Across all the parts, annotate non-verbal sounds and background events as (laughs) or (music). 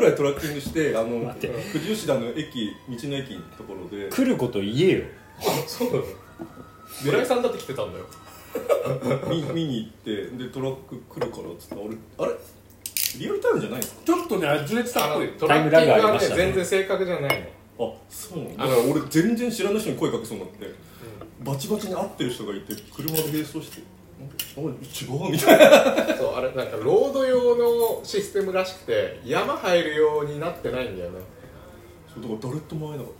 らいトラッキングしてあの待って九十吉田の駅道の駅のところ (laughs) で来ること言えよそうなの村井さんだって来てたんだよ見見に行ってでトラック来るからっつってあれあれリアルタイムじゃないんですかちょっとねずれてたっぽいトタライムッラキグングありはまねしたね全然正確じゃないのあそうなんだああのの俺全然知らない人に声かけそうになって、バチバチに会ってる人がいて車で並走して「あれ違う」みたいなそうあれなんかロード用のシステムらしくて山入るようになってないんだよねそうだから誰とも会えなかっ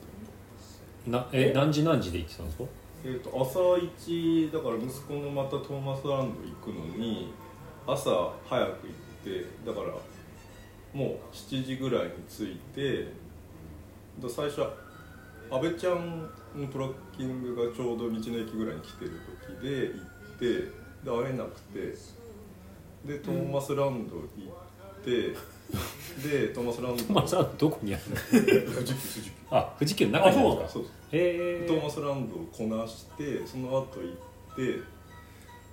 たなえ何時何時で行ってたんですかえー、と朝一だから息子のまたトーマスランド行くのに朝早く行ってだからもう7時ぐらいに着いてだ最初阿部ちゃんのトラッキングがちょうど道の駅ぐらいに来てる時で行ってで会えなくてでトーマスランド行って、でトーマスランドトマさんどこにあるの富士急富士急あ富士急の中にあるんですかそうえトーマスランドをこなしてその後行ってだか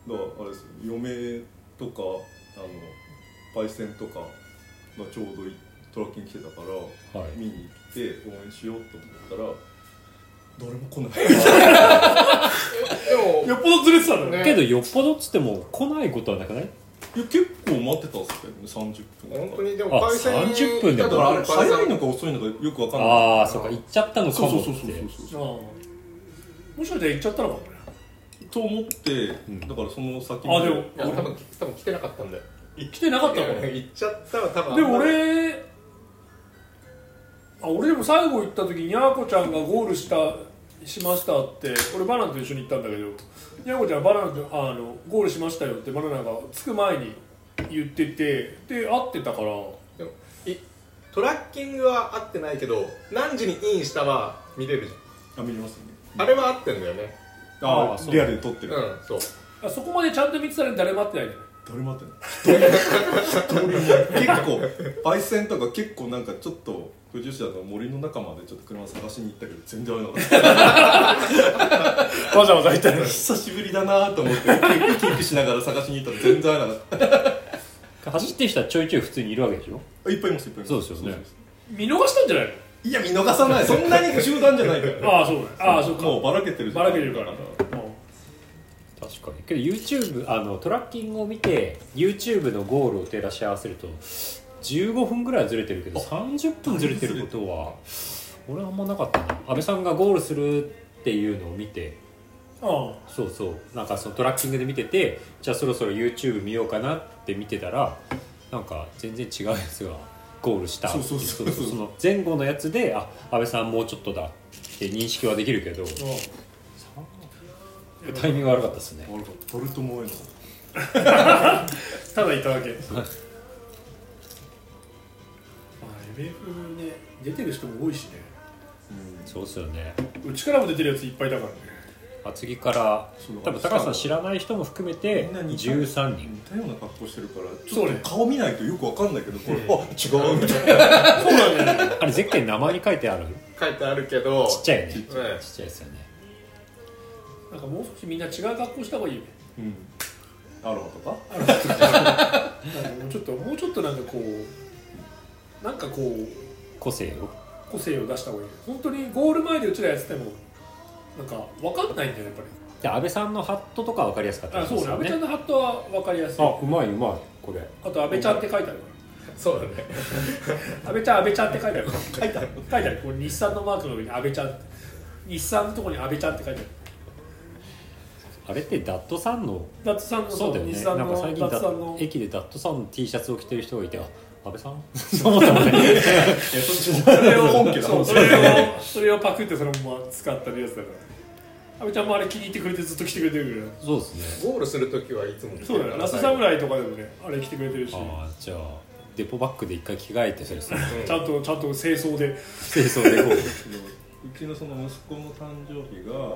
らあれですよ嫁とかあのパイセンとかがちょうどいトラッキング来てたから、はい見に来て応援しようと思ったら誰も来ない (laughs) でもよっぽどずれてたのよねけどよっぽどっつっても来ないことはなくないいや結構待ってたんですけどね30分本と当かにであも30分でだからあれ早いのか遅いのかよくわかんないああそうか行っちゃったのかそもうっそうてそうそうそううんもしかしたら行っちゃったのかもねと思って、んだからその先あでもいや多分多分来てなかったんだよ来てなかったのか行っちゃったら多分でも俺あ俺でも最後行った時にやーこちゃんがゴールしたしましたって俺バナナと一緒に行ったんだけどやーこちゃんバナナとあのゴールしましたよってバナナが着く前に言っててで会ってたからでもいトラッキングは合ってないけど何時にインしたは見れるじあ見れますねゃんあれは合ってんだよねああーそうリアルで撮ってうる、んそうあそこまでちゃんと見てたら誰も会ってないね誰も会ってない一人も結構焙煎とか結構なんかちょっと九十市だと森の中までちょっと車探しに行ったけど全然会えなかっわざわざ行ったた久しぶりだなと思ってキープキープしながら探しに行ったら全然会えなかっ走ってる人はちょいちょい普通にいるわけでしょたいっぱいいますいっぱいいますそうですよね見逃したんじゃないいや見逃さないそんなに集団じゃないからのああそうねああそうかもうばらけてるばらけてるから、確かにけど YouTube あのトラッキングを見て YouTube のゴールを照らし合わせると15分ぐらいはずれてるけど30分ずれてることは俺はあんまなかったな安倍さんがゴールするっていうのを見てうんそうそうなんかそのトラッキングで見ててじゃあそろそろ YouTube 見ようかなって見てたらなんか全然違うやつがゴールしたそうそうそうそうその前後のやつであ安倍さんもうちょっとだって認識はできるけどタイミング悪かったですね俺誰とも会えなかったただいただけまあ MF ね出てる人も多いしねそうっすよねうちからも出てるやついっぱいだからね厚木からそうだ多分高橋さん知らない人も含めてみんな似た13人似たような格好してるからちそょうっねと顔見ないとよくわかんないけどこれあ違うみたいなそうなんだよねあれ絶対名前に書いてある書いてあるけどちっちゃいよねちっうんちゃいですよねなんかもう少しみんな違う格好した方がいいよねうんアロハとかなんかもうちょっともうちょっとなんかこうなんかこう個性を個性を出した方がいい本当にゴール前でうちらやっててもなんか分かんないんだよやっぱりで安倍さんのハットとか分かりやすかったあですそうね阿よ部ちねゃんのハットは分かりやすいあうまいうまいこれあと阿部ちゃんって書いてあるからそうだね安倍ちゃん安倍ちゃんって書い (laughs) てある書いてある書いてあるこれ日産のマークの上に安倍ちゃん日産のとこに安倍ちゃんって書いてあるあれってダットさんのダッツさんのそうだよね日な産んのか最近ダッダツさんの駅でダットさんの T シャツを着てる人がいてあ安倍さん (laughs) そう思ったもんね (laughs) いやそれを本家だそうそれをそれをパクってそのまま使ったやつだから安倍ちゃんもあれ気に入ってくれてずっと着てくれてるかそうですねゴールするときはいつもらそうだよラスト侍とかでもねあれ着てくれてるしちああじゃあデポバッグで一回着替えてそれそのゃんとちゃんと清掃で清掃で (laughs) こううちのその息子の誕生日が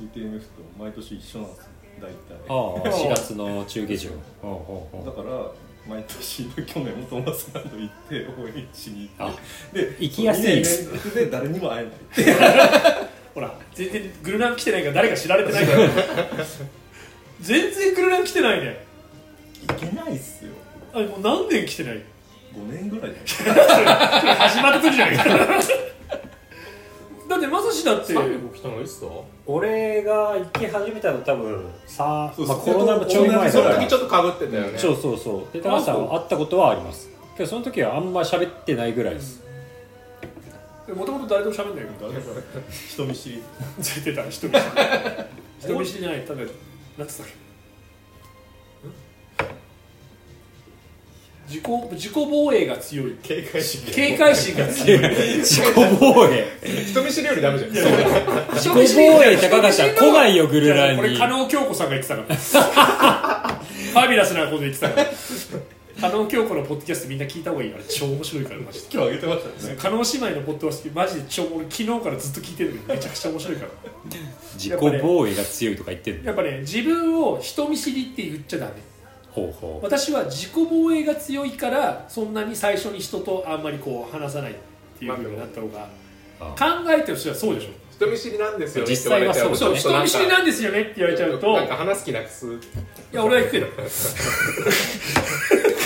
UTMF と毎年一緒なんですよ大体ああ4月の中下旬うんうんうんだから毎年去年もトーマスランド行って応援しに行っあてで行きやすい2年連続で誰にも会えないほら全然グルナン来てないから誰か知られてないから (laughs) 全然グルナン来てないね行けないっすよあれもう何年来てない5年ぐらいじゃないですか始まった時じ (laughs) ゃないかだってまさしだって最後来たのいつだ俺が行き始めたの多分さ、そうまあ、そうコロナもちょい前そだのから時ちょっとかぶってたよねそうそうそうで高橋さんは会ったことはありますけどその時はあんま喋ってないぐらいです、もともと誰とも喋んないけど誰とも人見知りついてた人見知り人見知りじゃないただなんつったっけ自己自己防衛が強い警戒心警戒心が強い (laughs) 自己防衛人見知りよりダメじゃん自己防衛高橋 (laughs) さん来ないよグルランこれに加納京子さんが言ってたから (laughs) ファビュラスなこと言ってたから加納京子のポッドキャストみんな聞いた方がいいから超面白いからマジで今日あげてましたね加納姉妹のポッドキャストマジで超俺昨日からずっと聞いてるけどめちゃくちゃ面白いから自己防衛が強いとか言ってるやっぱね自分を人見知りって言っちゃダメほうほう私は自己防衛が強いからそんなに最初に人とあんまりこう話さないっていう風になった方があ考えてる人はそうでしょ人見知りなんですよ実際はそうってちょそ言うわれちゃう人見知りんなんですよねって言われちゃうとなんか話す気なくすいや俺は言ってる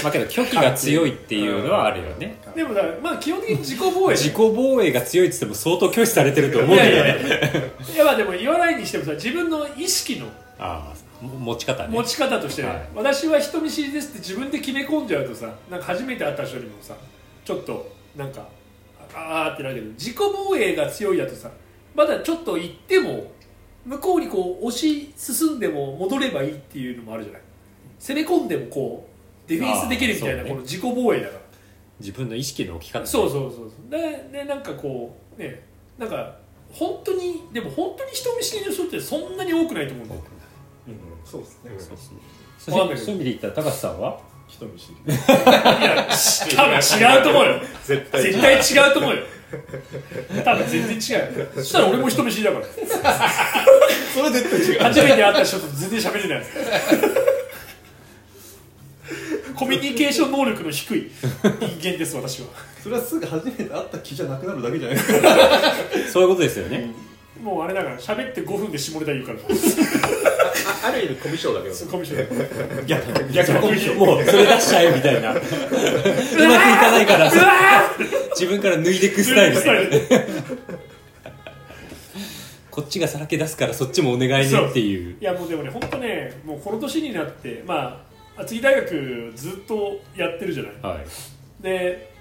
まあけど拒否が強いっていうのはあるよねでもだからまあ基本的に自己防衛自己防衛が強いって言っても相当拒否されてると思ういけどやねいやいやいやまあでも言わないにしてもさ自分の意識のああも持ち方ね持ち方として、ねはい私は人見知りですって自分で決め込んじゃうとさなんか初めて会った人にもさちょっとなんかああーってなるけど自己防衛が強いだとさまだちょっと行っても向こうにこう押し進んでも戻ればいいっていうのもあるじゃない攻め込んでもこうディフェンスできるみたいあーそうなねこの自己防衛だから自分の意識の置き方ねそうそうそうそうででなんかこうねなんか本当にでも本当に人見知りの人ってそんなに多くないと思うんだようんそうですねそうですねそわかんうないいう意味で言ったら高橋さんは人見知り多分違うと思うよ絶対絶対違うと思うよ多分全然違うよそしたら俺も人見知りだからそれ絶対違う初めて会った人と全然喋れないコミュニケーション能力の低い人間です私はそれはすぐ初めて会った気じゃなくなるだけじゃないですかそういうことですよねもうあれだから喋って5分で下ネタ言うからあある意味コミュ障だけどコミュ障逆逆にもうそれ出しちゃえみたい (laughs) なうまくいかないからうわ自分から脱いでいくースタイルスタねイルこっちがさらけ出すからそっちもお願いねっていういやもうでもね本当ねもうこの年になってまあ厚木大学ずっとやってるじゃないはいで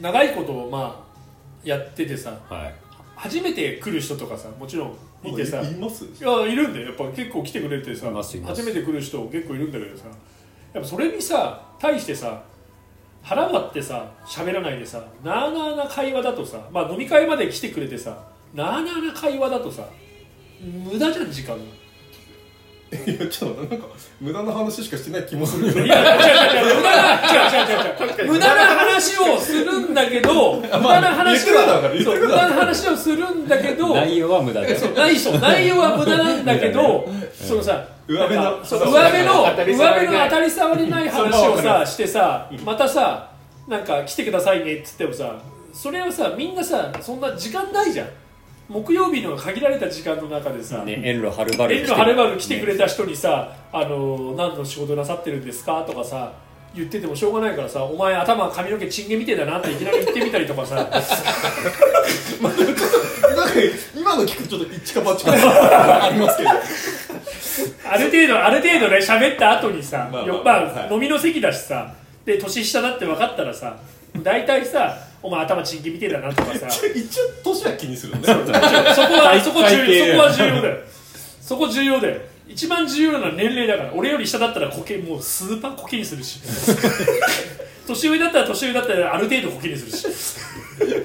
長いことまあやっててさはい初めて来る人とかさもちろんいてさいいますやいるんだよやっぱ結構来てくれてさいますいます初めて来る人結構いるんだけどさやっぱそれにさ対してさ腹割ってさ喋らないでさなあなあな会話だとさまあ飲み会まで来てくれてさなあなあな会話だとさ無駄じゃん時間 (laughs) が。いやちょっと待ってなんか無駄な話しかしてない気もす (laughs) るけどいや違う違う違う無駄な違う違う違う違う無駄な話をするんだけど無駄な話は言ってそるうこと無は駄な話をするんだけど内容は無駄でそう内そう内容は無駄なんだけどそのさ上辺のなんかそうそう上辺の当たり上障辺りないの当たり障りない話をさしてさまたさなんか来てくださいねっつってもさそれはさみんなさそんな時間ないじゃん木曜日の限られた時間の中でさ、ね遠路はるばる遠路はるばる来てくれた人にさ、あの何の仕事なさってるんですかとかさ言っててもしょうがないからさお前頭髪の毛チンゲみてえだなっていきなり言ってみたりとかさなんか今の聞くとちょっと一か八かありますけどある程度ある程度ね喋った後にさまあまあよまあはい飲みの席だしさで年下だって分かったらさ大体さお前頭チンゲみてえだなとか (laughs) さそ一応年は気にするねそこはそこ重体体型要そこは重要だよそこ重要だよ一番重要なのは年齢だから俺より下だったらコケもうスーパーコケにするし年上だったら年上だったらある程度コケにするし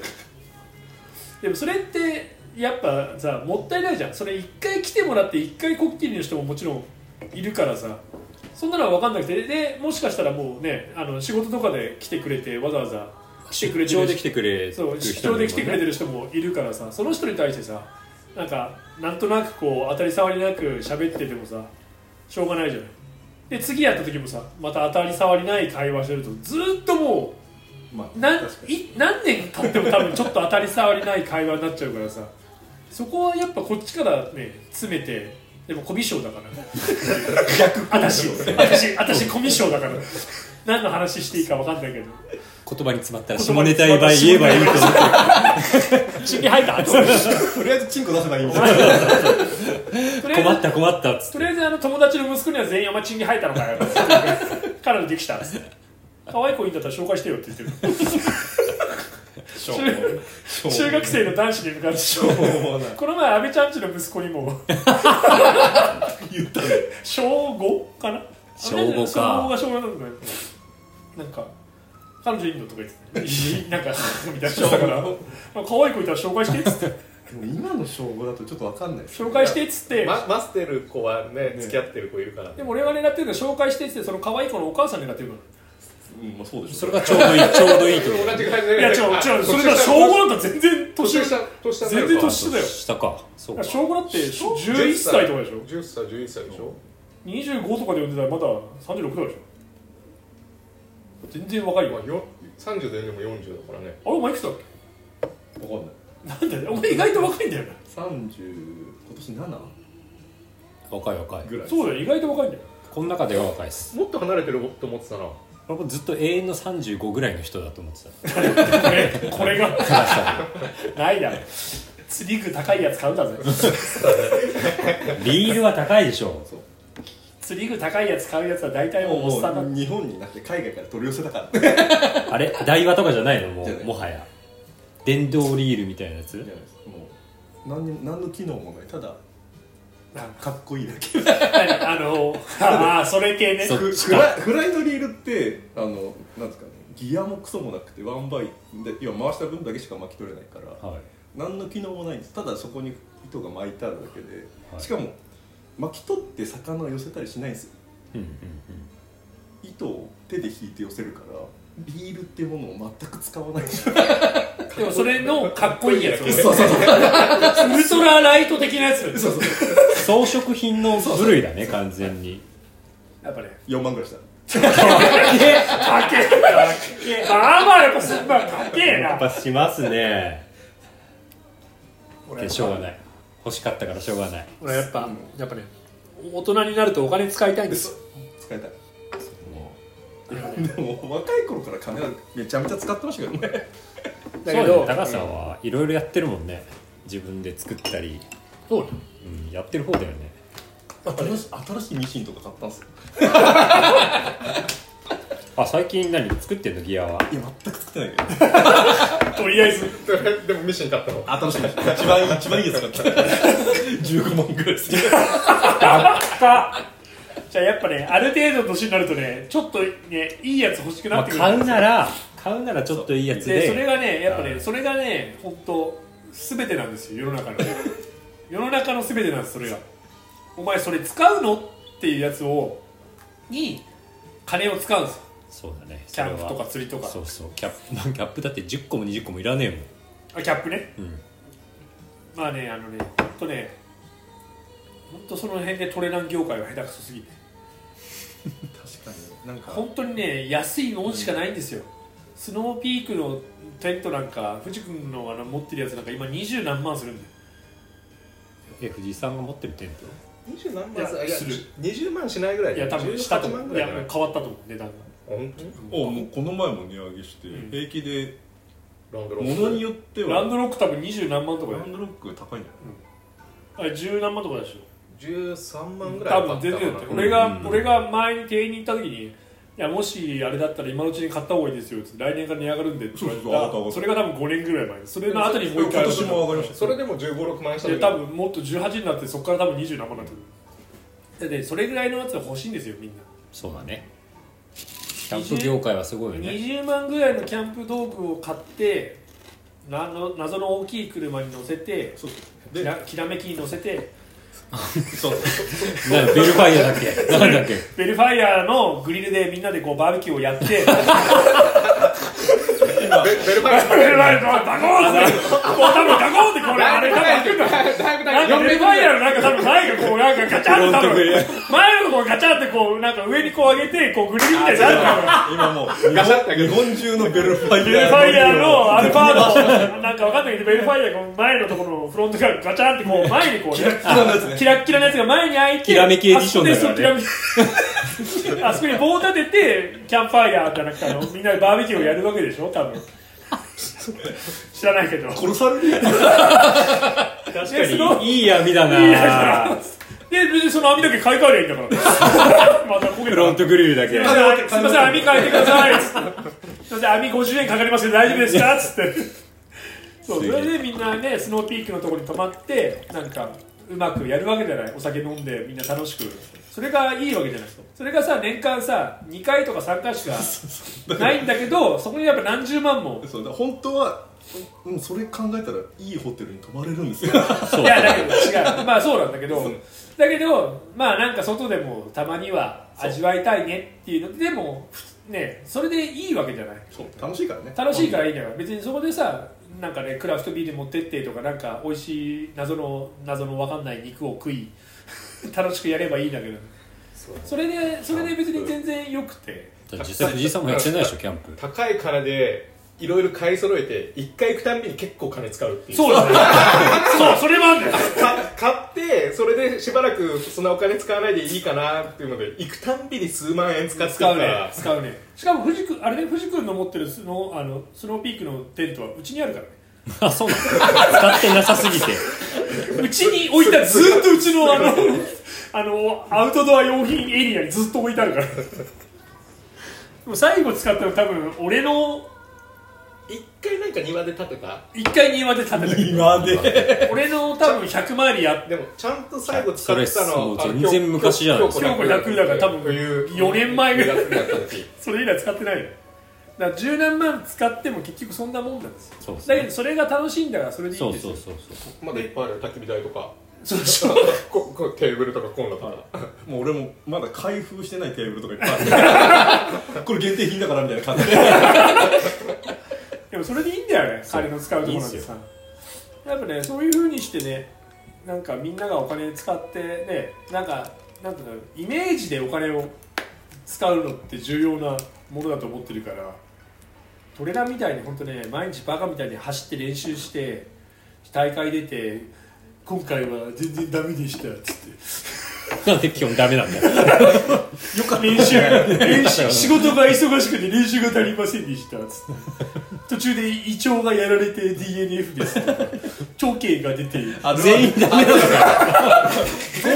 でもそれってやっぱさもったいないじゃんそれ一回来てもらって一回こっきりの人ももちろんいるからさそんなのは分かんなくてでもしかしたらもうねあの仕事とかで来てくれてわざわざ来てくれて出張るで来てくれる人そう出も張いるでもんね来てくれてる人もいるからさその人に対してさなんかなんとなくこう当たり障りなく喋っててもさしょうがないじゃないで次やった時もさまた当たり障りない会話してるとずーっともまうあなん確かにい何年経っても多分ちょっと当たり障りない会話になっちゃうからさそこはやっぱこっちからね詰めてでもコミュ障だから逆私私私コミュ障だから何の話していいか分かんないけ (laughs) ど言葉に詰まったら下ネタ言えば言えばいいと思ってチンゲ入ったととりあえずチンコ出せばいいみたいなりあえ困ずった困ったっつっとてりあえずあの友達の息子には全員「お前チンゲ入ったのかよ」 (laughs) 彼女できたっつって可愛い子いいんだったら紹介してよって言ってる (laughs) 中中学生の男子に向かってこの前阿部ちゃんちの息子にも言った小5かな小五か小5が小5なんだよなんか彼女いいのとか言ってて (laughs) いいなんかみたいなだから可愛い子いたら紹介してっつ (laughs) ってでも今の称号だとちょっとわかんないです紹介してっつって、ま、待ってる子はね付き合ってる子いるから、ね、でも俺が狙ってるのは紹介してっつってその可愛い子のお母さん狙ってるかうんまあそうでしょそれがちょうどいいちょうどいいと同思じ感じらでいや違う違うそれが小5なんか全然年年上下年下全然年下だよう下かそうか小5だって11歳とかでしょ10歳11歳でしょ25とかで呼んでたらまだ36とかでしょ全然若いまよあよ30ででも40だからねあれお前いくつだっけわかんないなんだよお前意外と若いんだよな30今年7若い若いぐらいそうだよ意外と若いんだよこの中では若いですもっと離れてると思ってたな (laughs) 俺もずっと永遠の35ぐらいの人だと思ってたこれこれがないだろ釣り具高いやつ買うんだぜリールは高いでしょそう釣り具高いやつ買うやつは大体もうおっさんだもう日本になって海外から取り寄せたからあれ台場とかじゃないのもじゃうないもはや電動リールみたいなやつもう何にも何の機能もないただかっこいいだけ何あのああそれ系ねそフフラフライドリールってあのなんですかねギアもクソもなくてワンバイで要は回した分だけしか巻き取れないからはい何の機能もないんですただそこに糸が巻いてあるだけで、はいしかも巻き取って魚を寄せたりしないんですようんうん糸を手で引いて寄せるからリールってものを全く使わない (laughs) しでもそれのかっこいいやつをねそうそうそうウルトラライト的なやつそうそううん装飾品の部類だね完全にやっぱね4万ぐらいしたかっけえかっけえまあまあやっぱそんなかっけえやっぱなしますね俺しょうがない欲しかったからしょうがない俺やっぱやっぱね大人になるとお金使いたいんですよ使いたいでも若い頃から金はめちゃめちゃ使ってましたけどねそうだけだどね高橋さんはいろいろやってるもんね自分で作ったり、そうねうん、やってる方だよね新し新しいミシンとか買ったんですよあ最近何作ってんのギアはいや全く作ってないけどとりあえずででもミシン買ったの新しいミシン一番いい一番いいやつ買った15万ぐらいするかじゃあやっぱねある程度の年になるとねちょっとねいいやつ欲しくまなあ、ってくる、買うなら買うならちょっといいやつででそれがねやっぱはねいそれがね本当すべてなんですよ世の (laughs) 中の世の中のすべてなんですそれがお前それ使うのっていうやつをに金を使うんですよそうだねキャンプそとれはか釣りとかそうそうキャップ、ま (laughs) あ、キャップだって10個も20個もいらねえあキャップねもん、うん、まあねあのね本当ね本当その辺でトレラン業界は下手くそすぎて確かになんか本当にね安いもんしかないんですよ、スノーピークのテントなんか藤君のあの持ってるやつなんか今二十何万するんだよえ藤井さんが持ってるテント20何いや万いやする20万しないぐらいいだよや多分したと18万思ぐういらいじゃやなもいう変わったと思う値段が本当におもうこの前も値上げして、うん平気でランドロ物によってはランドロック多分二十何万とかラだンよドロック高いんじあれ十何万とかでしょ13万ぐら多いだ分った全か然なだって俺が、俺が前に店員に行った時にいやもしあれだったら今のうちに買った方がいいですよって来年から値上がるんでって言われたそうそうそう上がった上がったそれが多分五年ぐらい前それの後にもゃうない一今回年も上がりましたそれでも1 5 6万円したで時多分もっと18になってそこから多分20何万になってくるでそれぐらいのやつが欲しいんですよみんなそうだねキャンプ業界はすごいよね20万ぐらいのキャンプ道具を買ってなの謎の大きい車に乗せてそうきで (laughs) らきらめきに乗せてそうなんかベルファイアだっけなんだっけベルファイアのグリルでみんなでこうバーベキューをやってベルフベベルファイアァイアのダコーンってこう多分ダコーンってこれあれ多分開くんだだいぶだなんかいぶベルファイアのなんか多分前がこうなんかガチャンって多分前のところガチャンってこうなんか上にこう上げてこうグリルみたいになるんだろう今もう日ガシャッ本て開ける日本中のベルファベイルヤファイアーのあルパーのなんか分かんないけどベルファイアがこの前のところのフロントがガチャンってこう前にこうねキラッキラなやつが前に開いてきらめきエディションだからねあそこでそうきらめきあそこに棒立ててキャンプファイヤーじゃなくてあのみんなでバーベキューをやるわけでしょ多分知らないけど殺されるやつ確確かにいい闇だいいやなで別にその網だけ買い替えりゃいいんだから (laughs) また焦げフロントグリルだすいけません網すいません網変えてください」つってすいません網50円かかりますけど大丈夫ですか?」っつってそうそれでみんなねスノーピークのところに泊まってなんかうまくやるわけじゃないお酒飲んでみんな楽しくそれがいいわけじゃないですかそれがさ年間さ2回とか3回しかないんだけどそこにやっぱ何十万もそうだから本当はうんそれ考えたらいいホテルに泊まれるん (laughs) ですよいやだけど違うまあそうなんだけどだけどまあなんか外でもたまには味わいたいねっていうのででもねそれでいいわけじゃないそう楽しいからね楽しいからいいんだよ別にそこでさなんかねクラフトビール持ってってとかなんか美味しい謎の謎の分かんない肉を食い (laughs) 楽しくやればいいんだけどそれでそれで別に全然よくて実際藤井さんもやってないでしょキャンプ (laughs) 高いからでいろいろ買い揃えて一回行くたんびに結構金使うっていうそうだねそうそれもあるんだよか買ってそれでしばらくそんなお金使わないでいいかなっていうので行くたんびに数万円使って使たうかねら使うねしかも富士くんあれね富士君の持ってるスノーあのスノーピークのテントはうちにあるからねあそうなの使ってなさすぎてうちに置いたずっとうちの (laughs) あのあのアウトドア用品エリアにずっと置いてあるからでも最後使ったの多分俺の一回なんか庭で建てた一回庭で建てたけど今で俺の多分100万円やっでもちゃんと最後使ってたそれものう全然昔じゃないですか京子だから多分4年前ぐらいだった時それ以来使ってないよだから十何万使っても結局そんなもんなんですよそうですだけねどそれが楽しいんだからそれでいいそんうですそようそうそうまだいっぱいあるよ焚き火台とかそうそうここテーブルとかコンロとかもう俺もまだ開封してないテーブルとかいっぱいあ (laughs) るこれ限定品だからみたいな感じででもそれでいいんだよねそう彼の使うとこなんてさやっぱねそういうふうにしてねなんかみんながお金使ってねなんかなんていうのイメージでお金を使うのって重要なものだと思ってるからトレランみたいに本当ね毎日バカみたいに走って練習して大会出て今回は全然ダメでしたっつってなんで基本ダメなんだよよか練習練習仕事が忙しくて練習が足りませんでしたつって途中で胃腸がやられて DNF ですとか腸径が出て全員ダメなんだよ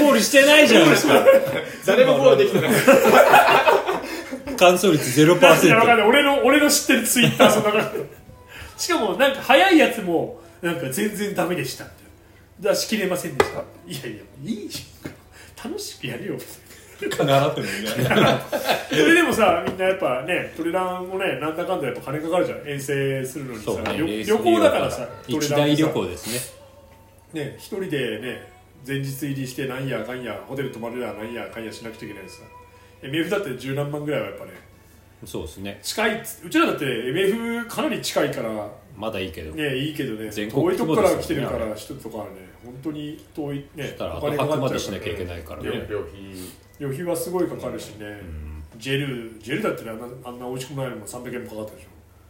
ゴールしてないじゃないですか誰もゴールできてない乾燥率0%なんかわかんない俺の俺の知ってるツイッターそんな感じしかもなんか早いやつもなんか全然ダメでしたって出しきれませんでしたいやいやいいじゃん楽しくやるよ金払ってるのにねそれでもさみんなやっぱねトレランもねなんだかんだやっぱ金かかるじゃん遠征するのにさ、そうね旅レース旅行だからさトレランも一さ大旅行ですねね一人でね前日入りしてなんやかんやホテル泊まるやなんやかんやしなくちゃいけないですから MF だって十何万ぐらいはやっぱねそうですね近いっつうちらだって MF かなり近いからまだいいけどねいいけどね全国遠いと規こ模かですらよね来てるから人とかはね本当に遠いねたらおあと金か泊かまっちゃでうしかならきゃいけないからね病気旅費はすごいかかるしねジェルジェルだってねあんなあんな美味しくもないのも300円もかかったでし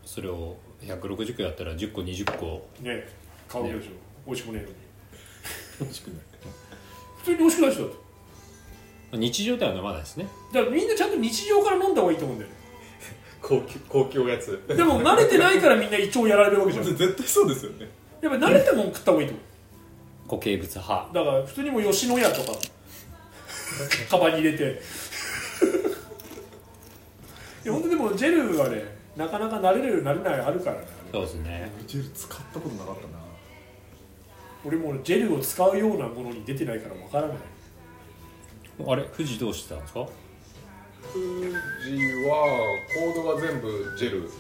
それを160個やったら10個20個ょね買うでしょ美味しくもねえのに欲しくない普通に美味しくないでしょだって日常では飲まないですねだからみんなちゃんと日常から飲んだ方がいいと思うんだよね高級高級おやつでも慣れてないからみんな胃腸やられるわけじゃん絶対そうですよねやっぱ慣れたもん食った方がいいと思固形物派うだから普通にもう吉野家とか (laughs) カバンに入れていや本当でもジェルはねなかなか慣れる慣れないあるからねそうですねジェル使ったことなかったな俺もうジェルを使うようなものに出てないからわからないあれ富士どうしてたんですか富士はコードは全部ジェル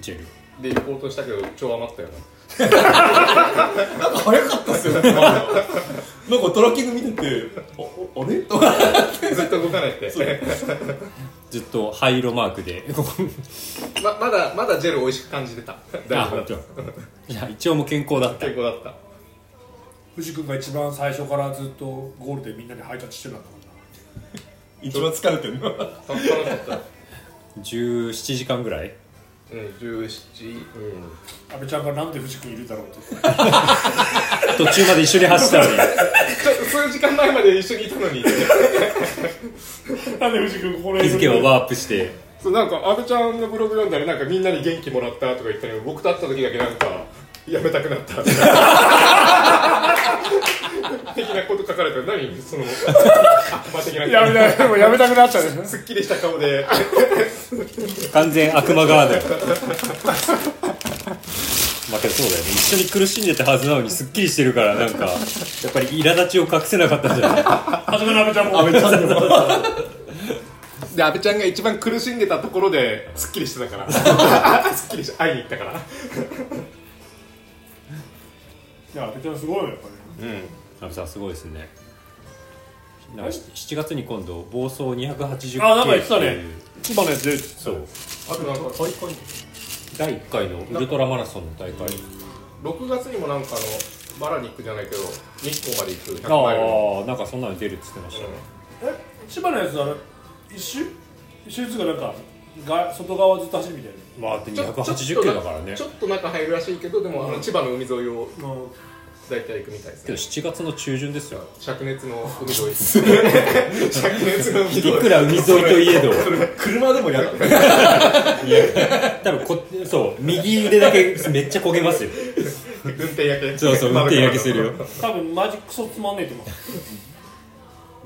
ジェルで行こうとしたけど超余ったよね早かったっすよね (laughs) なんかトラッキング見ててあああれとかずっと動かないってずっと灰色マークでままだまだジェル美味しく感じ (laughs) てたあ大丈夫だ本った (laughs) 当。いや一応もう健康だった健康だった藤君が一番最初からずっとゴールでみんなでハイタッチしてたんだもんな一番疲れてるの楽しかった17時間ぐらいうん、17、うん、安倍ちゃんがなんで藤君いるだろうって途中まで一緒に走ったのにちょっと数時間前まで一緒にいたのに (laughs) なんで藤君これ気づけばワープして (laughs) そうなんか安倍ちゃんのブログ読んだらなんかみんなに元気もらったとか言ったのに僕と会った時だけなんかやめたくなったみたいな的なこと書かれてる何その悪魔的なやめたもうやめたくなったでしょすっきりした顔で完全悪魔ガードまあけどそうだよね一緒に苦しんでたはずなのにすっきりしてるからなんかやっぱり苛立ちを隠せなかったんじゃない初めの安倍ちゃんも安倍ちゃんで安倍ちゃんが一番苦しんでたところですっきりしてたから (laughs) すっきりし会いに行ったからいや安倍ちゃんすごいよやっぱり安部さんすごいですねなんかし7月に今度暴走280あなんか言ってたね千葉のやつでそうあとなんか大会第1回のウルトラマラソンの大会6月にもなんかあのバラに行くじゃないけど日光まで行く100マイルのああなんかそんなの出るっつってましたねえ千葉のやつあれ一周一周っつうかなんかが外側ずっと走るみたいまあだってちょち280ょっキとロだからねちょっと中入るらしいけどでも、あの千葉の海沿いをなもう大体行くみたいですけねど7月の中旬ですよ灼熱の (laughs) 海沿い灼熱 (laughs) の海沿いいくら海沿いといえど車でもやだ (laughs) 多分こそう右腕だけめっちゃ焦げますよ運転焼けそうそう運転焼けするよ多分マジクソつまんねえと思う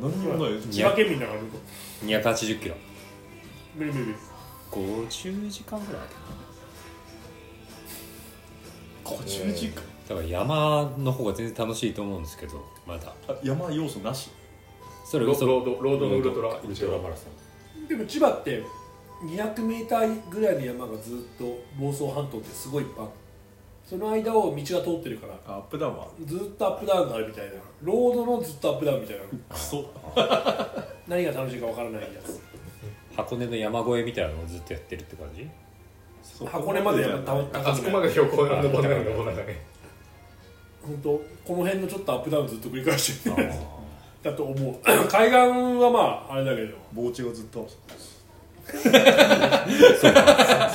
何にもないです千葉県民だから280キロ無理無理無理50時間ぐらい50時間だから山の方が全然楽しいと思うんですけどまだあ山要素なしそれロこードそロードロードのウルトラウルトラマラソンでも千葉って 200m ぐらいの山がずっと房総半島ってすごいいっぱいあるその間を道が通ってるからアップダウンはずっとアップダウンがあるみたいなロードのずっとアップダウンみたいなクソ何が楽しいかわからないやつ箱根の山越えみたいなのをずっとやってるって感じ箱根までやっぱ高くないあそこまで標高が登らない (laughs) 登らない本当この辺のちょっとアップダウンずっと繰り返してるあ (laughs) だと思う (coughs) 海岸はまああれだけど傍地がずっと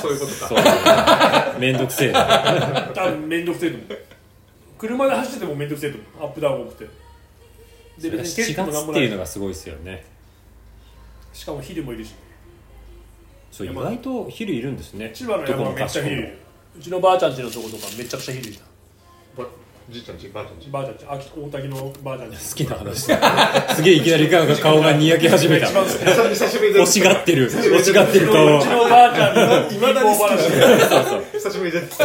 そういうことかそうだねめんどくせえな多分面倒くせえと思う車で走ってても面倒くせえと思うアップダウン多くてで7月っていうのがすごいですよねしかも昼もいるしそう意外と昼いるんですね千葉の山はめっちゃ昼いるうちのばあちゃんちのとことかめちゃくちゃ昼いるばじいちゃんちばあちゃんちばあちゃんちあき大滝のばあちゃんち好きな話 (laughs) だすげえいきなり顔が顔がにやけ始 (laughs) めた一番好きな (laughs) う久しぶりで欲すしがってる欲しがってる (laughs) 顔ちのばあちゃんの今だに好きな久しぶりです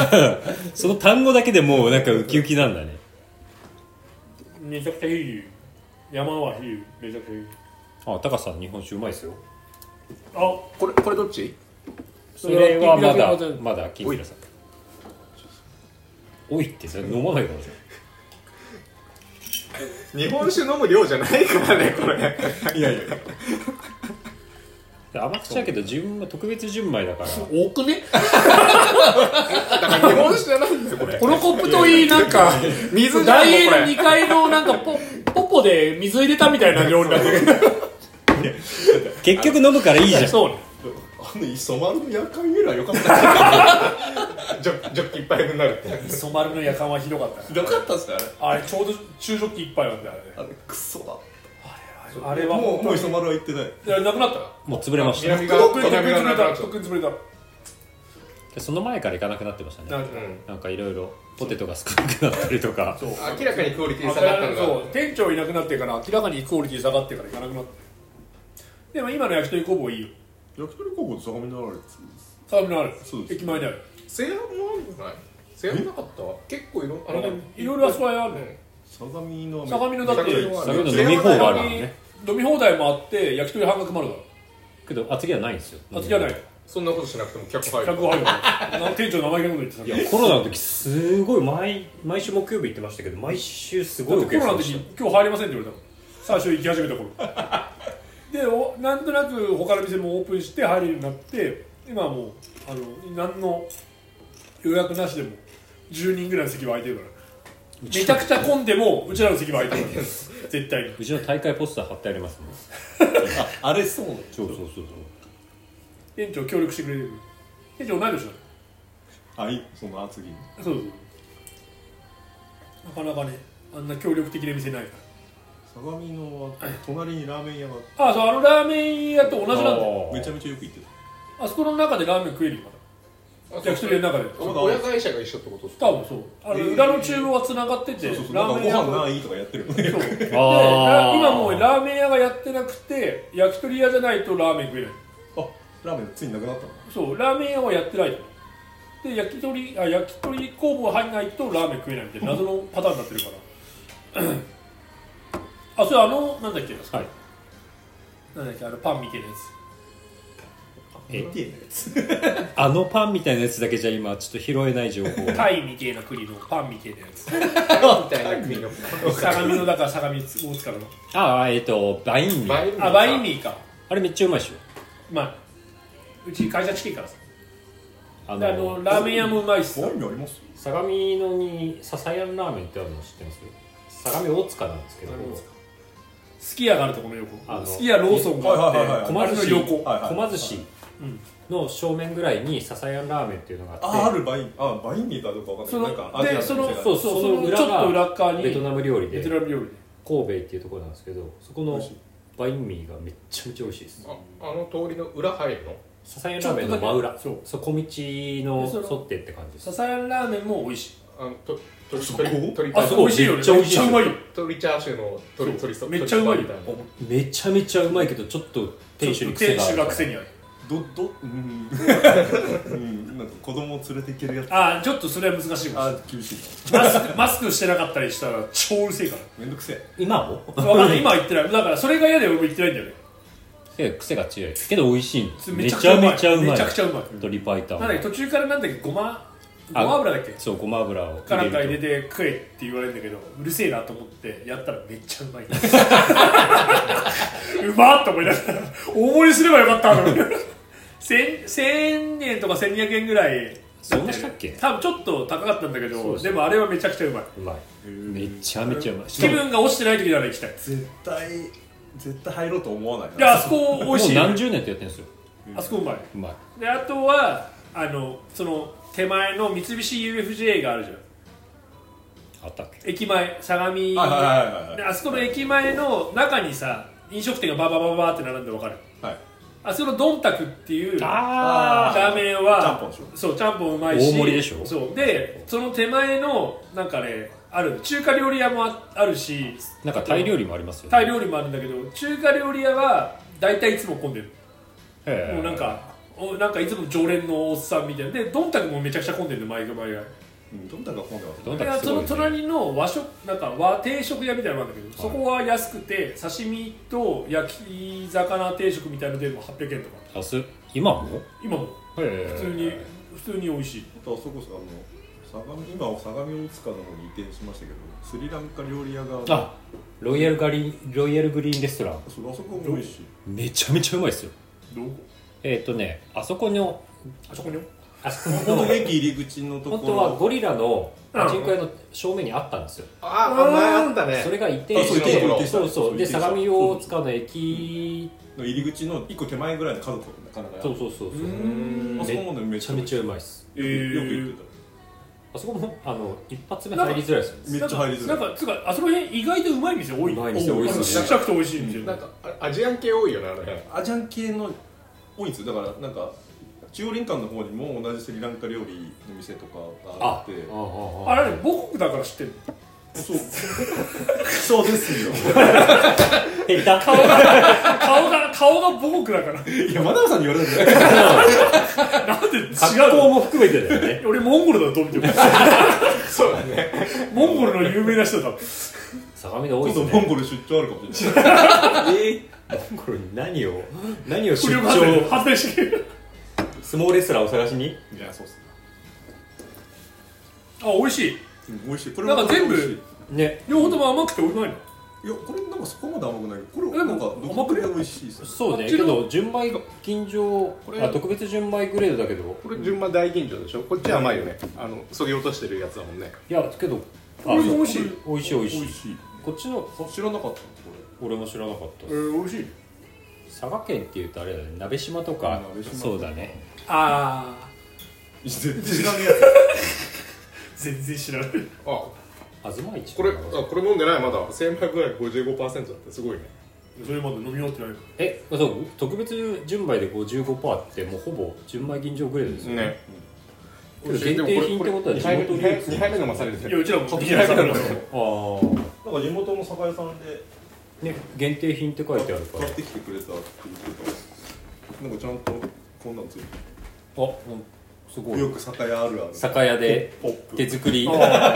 その単語だけでもうなんかウキウキなんだねめちゃくちゃ昼いる山は昼いるめちゃくちゃ昼いるあ高さん日本酒うまいですよあ (laughs) これこれどっちそれはまだそれはまだ金平さんおいってそれ飲まないから日本酒飲む量じゃないからねこれいやいや甘口だけど自分は特別純米だから多くねだから日本酒じゃないんですよこれホロコプトいいなんか水じゃん大英のもうこれ2階のなんかポポポで水入れたみたいな料理だけ結局飲むからいいじゃんそうねあの磯丸の夜間ぐらいよか (laughs) ったジョジョッキいっぱい分になるって染まるの夜間はひどかったねよかったっすねあれあれちょうど昼食器一杯なんだよねあれクソだあれはもうもうい磯丸は行ってないやなくなったよもう潰れました南がとっくにとっく南にが潰なれくなたっちとゃっっくに潰れたその前から行かなくなってましたねなんかなんかいろいろポテトが少なくなったりとかそうた明らかにクオリティあ下がったのそがう店長いなくなってから明らかにクオリティ下がってから行かなくなってでも今の焼き鳥工房いいよ焼き鳥高校で相模原です相模のあるそうです駅前にある制約もあるんじゃない制約なかった結構いろんあの辺いろいろあそこにあるね相模の相模のだって相そういうの飲み放題があるのね飲み放題もあって焼き鳥半額もあるかけど厚木はないんですよらあつきはないそんなことしなくても客入る客入るから店長名前が言ってたいやコロナの時すごい毎毎週木曜日行ってましたけど毎週すだごっいておコ客ロナさんでのし時た今日入りませんって言われたの最初行き始めた頃でおなんとなく他の店もオープンして入れるようになって今はもうあの何の予約なしでも10人ぐらいの席は空いてるからめちゃくちゃ混んでもうちらの席は空いてるから絶対にうちの大会ポスター貼ってありますもんあれそうそうそうそうそう店長協力してくれてる店長同い年なのはいその厚木にそうそうなかなかねあんな協力的な店ないか相模の隣にラーメン屋がらあそうあのラーメン屋と同じなんだよあーめちゃめちゃよく行ってたあそこの中でラーメン食えるよあ焼き鳥屋の中でそう親会社が一緒ってことですか多分そうあの、えー裏の厨房はつながっててそうそうそうなラーんメンか屋ご飯ないとかやってるよねそうであー今もうラーメン屋がやってなくて焼き鳥屋じゃないとラーメン食えないあラーメンついになくなったのそうラーメン屋はやってないで焼き鳥あ焼き鳥工房入んないとラーメン食えないみたいな謎のパターンになってるから (clears throat) あそれあのなんだっけはいなんだっけあのパンみたいなやつえ見てえなやつあのパンみたいなやつだけじゃ今ちょっと拾えない情報タイみたいな国のパンみたいなやつみたいな国の (laughs) 相模のだから相模大塚のああえっ、とバインミーインミーあバインミーかあれめっちゃうまいっしょまあうち会社チキンからさあであのラーメン屋もうまいしさワインあります相模のにササヤンラーメンってあるの知ってます相模大塚なんですけどすき家があるとこの横あのすき家ローソンがあって、はいはいはいはい小松の横、はいはい小松市の正面ぐらいにササヤンラーメンっていうのがあああってるバインあバインにいたどうかわかそんなのいなんかアジアでそのの店がそうそそううそそのの裏がちょっと裏っ側にベトナム料理でベト神ナム料理で戸っていうところなんですけどそこのバインミーがめっちゃめちゃ美味しいですああの通りの裏入るのササヤンラーメンの真裏そう底道でそのの沿ってって感じですササヤンラーメンも美味しいあのと鳥そこ鳥鳥あそこそこ美味しいよねめっちゃ美味しいめっちゃうまいよ鳥チャーシューの鳥鳥そうめっちゃうまいよ鳥パンみたなめちゃめちゃうまいけどちょっと店主に癖があ店る主が癖にあるどどうんうんなんか子供を連れていけるやつあーちょっとそれは難しいもんあ厳しいマスクマスクしてなかったりしたら超うるせえかなめんどくせえ今もら分かんない今は言ってないだからそれが嫌で俺も言ってないんだよね癖癖が強いけど美味しいんですそれめちゃめちゃうまいめちゃくちゃうまい鶏白湯なんだっけ途中からなんだっけごまごあま油だっけそうごま油をかなんか入れ入れるて食えって言われるんだけどうるせえなと思ってやったらめっちゃうまいうまっと思いながら大盛りすればよかったと思いながら1000 1000円とか1200円ぐらいそんなしたっけ多分ちょっと高かったんだけどそうそうでもあれはめちゃくちゃうまいうまいめちゃめちゃうまいし気かも分が落ちてない時なら行きたい絶対絶対入ろうと思わないであそこ美もう味しい何十年とやってるんですよあそこうまいうまいであとはあのその手前の三菱 UFJ があるじゃんあったっけ駅前相模はいはいはいはいであそこの駅前の中にさ飲食店がバババババって並んでわかるはいあそこのドンタクっていうラああーメちンゃんぽはんでしょそうちゃんぽんうまいし大盛りでしょそうでその手前のなんかねある中華料理屋もああるしあなんかタイ料理もありますよタイ理料理もあるんだけど中華料理屋は大体いつも混んでるもうなんかおなんかいつも常連のおっさんみたいなでドンタクもめちゃくちゃ混んでるの毎回毎回うんどんだけ混んでますどんでだけすごそいのね隣の和食なんか和定食屋みたいなのがあるんだけど、そこは安くて刺身と焼き魚定食みたいのでも800円とかあす今も今も普普通に、普通に美味しいあとあそこさあの相模今は相模大塚の方に移転しましたけどスリランカ料理屋があロイヤルガリロイヤルグリーンレストランそうあそこも美味しいめちゃめちゃうまいですよどこえっ、とねあそこのあそこにあそこのこの駅入り口のところ本当はゴリラの人会の正面にあったんですよああ前あったねそれが移転あそうし移転て移転したそうそうで移転した相模大塚の駅の入り口の一個手前ぐらいの家族なかなかそうそうそうそうあそこもねめめちゃめちゃうまいっすよくよく行ってあそこもあの一発目入りづらいっすよめっちゃ入りづらいなんかつうかあそこら辺意外とうまい店多いうまい店多いっすねシャクシャクと美味しい店、なんかあアジアン系多いよねあの辺たアジアン系の多いんですよだからなんか中央林間の方にも同じスリランカ料理の店とかがあってああああれ母国だから知ってるそうそうですよえだか顔が顔が母国だから (laughs) いやマダムさんに言われたんじゃないなんで違う格好のも含めてだよね俺モンゴルだと思ってるそうだねモンゴルの有名な人だ相模が多い今っす度ねモンゴル出張あるかもしれないえーモンゴルに何を何を不出良発電 (laughs) 張発電してる相撲レスラーを探しにいやそうっすねあ美味しいうん美味しいこれなんか全部美味しいね両方とも甘くて美味しいのいやこれなんかそこまで甘くないけどこでれなんかも独特で美味しいですよそうねこっけちのど純米吟醸これあ特別純米グレードだけどこれ純米大吟醸でしょこっちは甘いよねあのそぎ落としてるやつだもんねいやけどこれも美味しい美味しい美味美し味いしいこっちのあ知らなかったこ俺も知らなかったえー、美味しい佐賀県っていうとあれだね鍋島とか鍋島そうだねあ絶対知らねえやつ全然知らないあ東一これあこれ飲んでないまだ精米具合55%だってすごいねそれまで飲み終わってないのえそう特別純米で55%ってもうほぼ純米吟醸グレードですよねけど限定品ってことは地元流通2杯目飲まされていやうちらも買ってきなかったのあなんか地元の酒屋さんであね限定品って書いてあるから買ってきてくれたって言ってたなんかちゃんとこんなんついてあほんすごるいよく酒屋あるある酒屋でポップ手作り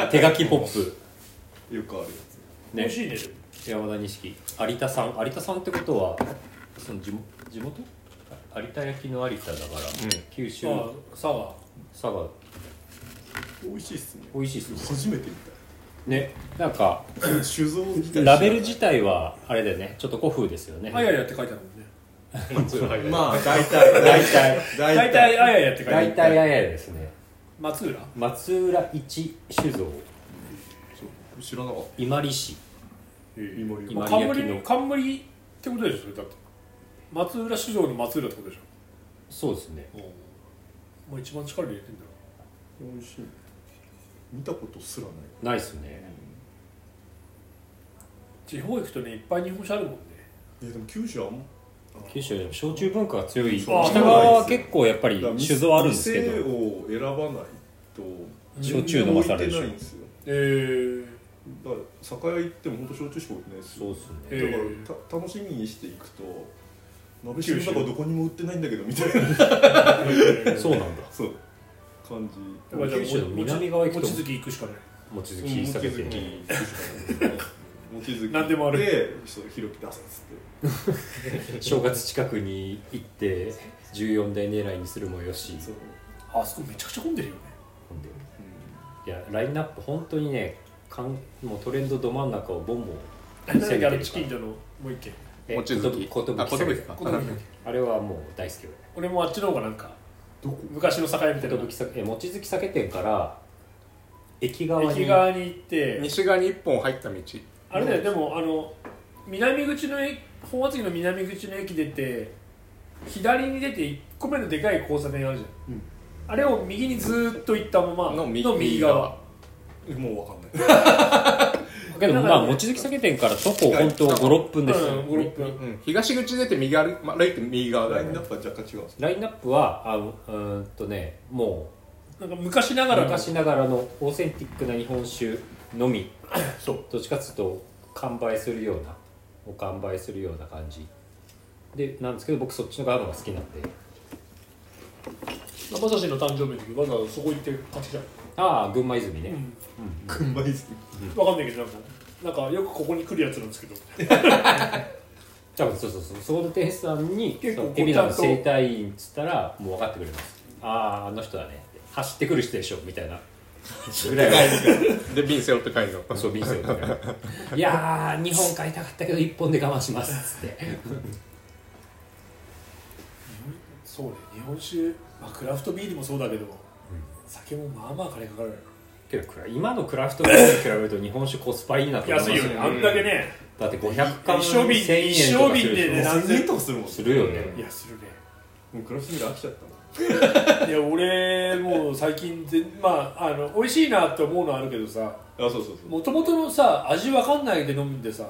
手書きポップよくあるや美ね味しいね山田錦有田さん有田さんってことはその地元地元有田焼の有田だから、九州あサワ佐賀つ美味しいっすね美味しいっすね初めて見ねなんかた酒造自体ラベル自体はあれだよねちょっと古風ですよねーあややって書いてあるもんねまあ大体大 (laughs) 体大体あややって書いてあ大る体あやですね松浦松浦一酒造そう知らなかっ伊万里市た今今有明の冠冠ってことでしょだって松浦酒造の松浦ってことでしそうですねょもう一番力入れてんだろ美味しい見たことすらないないっすね地方行くとねいっぱい日本酒あるもんねえでも九州はあんま九州はでも焼酎文化が強いそう北側は結構やっぱり酒造あるんですけ店どを選ばないと焼酎飲まされるでし全然置いてょないんですよえー、だから酒屋行っても本当焼酎しか置いてないですよそうっすねえだからー、た楽しみにしていくと鍋島の中どこにも売ってないんだけどみたいな (laughs) そうなんだそう感じだからじゃあ九州の南側行くと望月行くしかない望月うん喫茶望月店に望月何でもあるでそうひろき出すっつって正月近くに行って14代狙いにするもよしそう、あそこめちゃくちゃ混んでるよねほんでいやラインナップ本当にねかんもうトレンドど真ん中をボンボン何攻めてるかだっけあらのチキンじゃのもう一軒え望月寿寿あ寿酒かここだっけあれはもう大好きよ俺もあっちの方がなんかどこ昔の酒屋みたいな寿酒え望月酒店から駅側に駅側に行って西側に1本入った道あれだよでもあの南口の駅本厚木の南口の駅出て左に出て1個目のでかい交差点あるじゃん、うんあれを右にずーっと行ったままのの右右側もうわかんないけどまあ望月酒店から徒歩本当56分です、うん56分うん東口出て右歩いま歩いて右側だライよンナねップは若干違うんですラインナップはあうーんとねもなんか昔なうがらの昔ながらのオーセンティックな日本酒のみそうどっちかっていうと完売するようなお完売するような感じでなんですけど僕そっちの側のが好きなんで馬刺しの誕生日の時わざわざそこ行って買ってきたああ群馬泉ね、群馬です分かんないけどなんかなんかよくここに来るやつなんですけど多分そうそうそうそこの店員さんに結構そのこう海老名のちゃんと整体院っつったらもう分かってくれますあああの人だねって走ってくる人でしょみたいなぐらいはで瓶背負って帰るのそう便箋とかいやー日本買いたかったけど1本で我慢しますっつってそうね日本酒、まあ、クラフトビールもそうだけど、酒もまあまあ金かかる (laughs) けど暗い今のクラフトビールに比べると日本酒コスパいいなと思います安いよねあんだけねだって500缶一生瓶1000円とかする一生瓶ででねしょ何千とかするもんするよね、いやするねもうクラフトビール飽きちゃったもんいや俺もう最近全まああの美味しいなって思うのはあるけどさあそうそうそうもともとのさ味わかんないで飲んでさ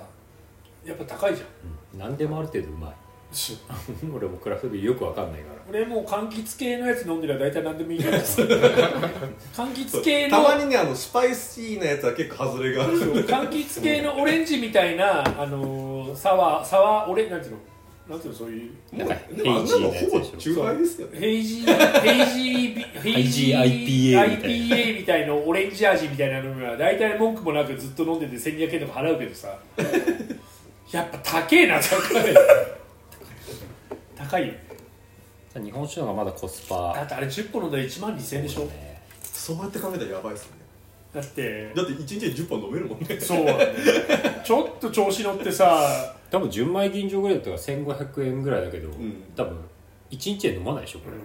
やっぱ高 (laughs) いじゃうんん何でもある程度うまい (laughs) 俺もクラフトビールよく分かんないから俺もう柑橘系のやつ飲んでりゃ大体何でもいい (laughs) からさ柑橘系たのまにねあのスパイシーなやつは結構外れがある柑橘系のオレンジみたいな、あのー、サワーサワーオレなんていうのなんていうのそういうもうでもあんなのほぼ中杯ですよねヘイジーヘイジー (laughs) ヘイジー IGIPA みたい IPA みたいなオレンジ味みたいなのが大体文句もなくずっと飲んでて1200円とか払うけど (laughs) さやっぱ高えな高い高いよ日本酒の方がまだコスパだってあれ10本飲んだら1万2000円でしょねそうやって考えたらやばいっすねだってだって1日で10本飲めるもんねそうなんだよちょっと調子乗ってさ多分純米吟醸ぐらいだったら1500円ぐらいだけど、ん多分1日で飲まないでしょこれ、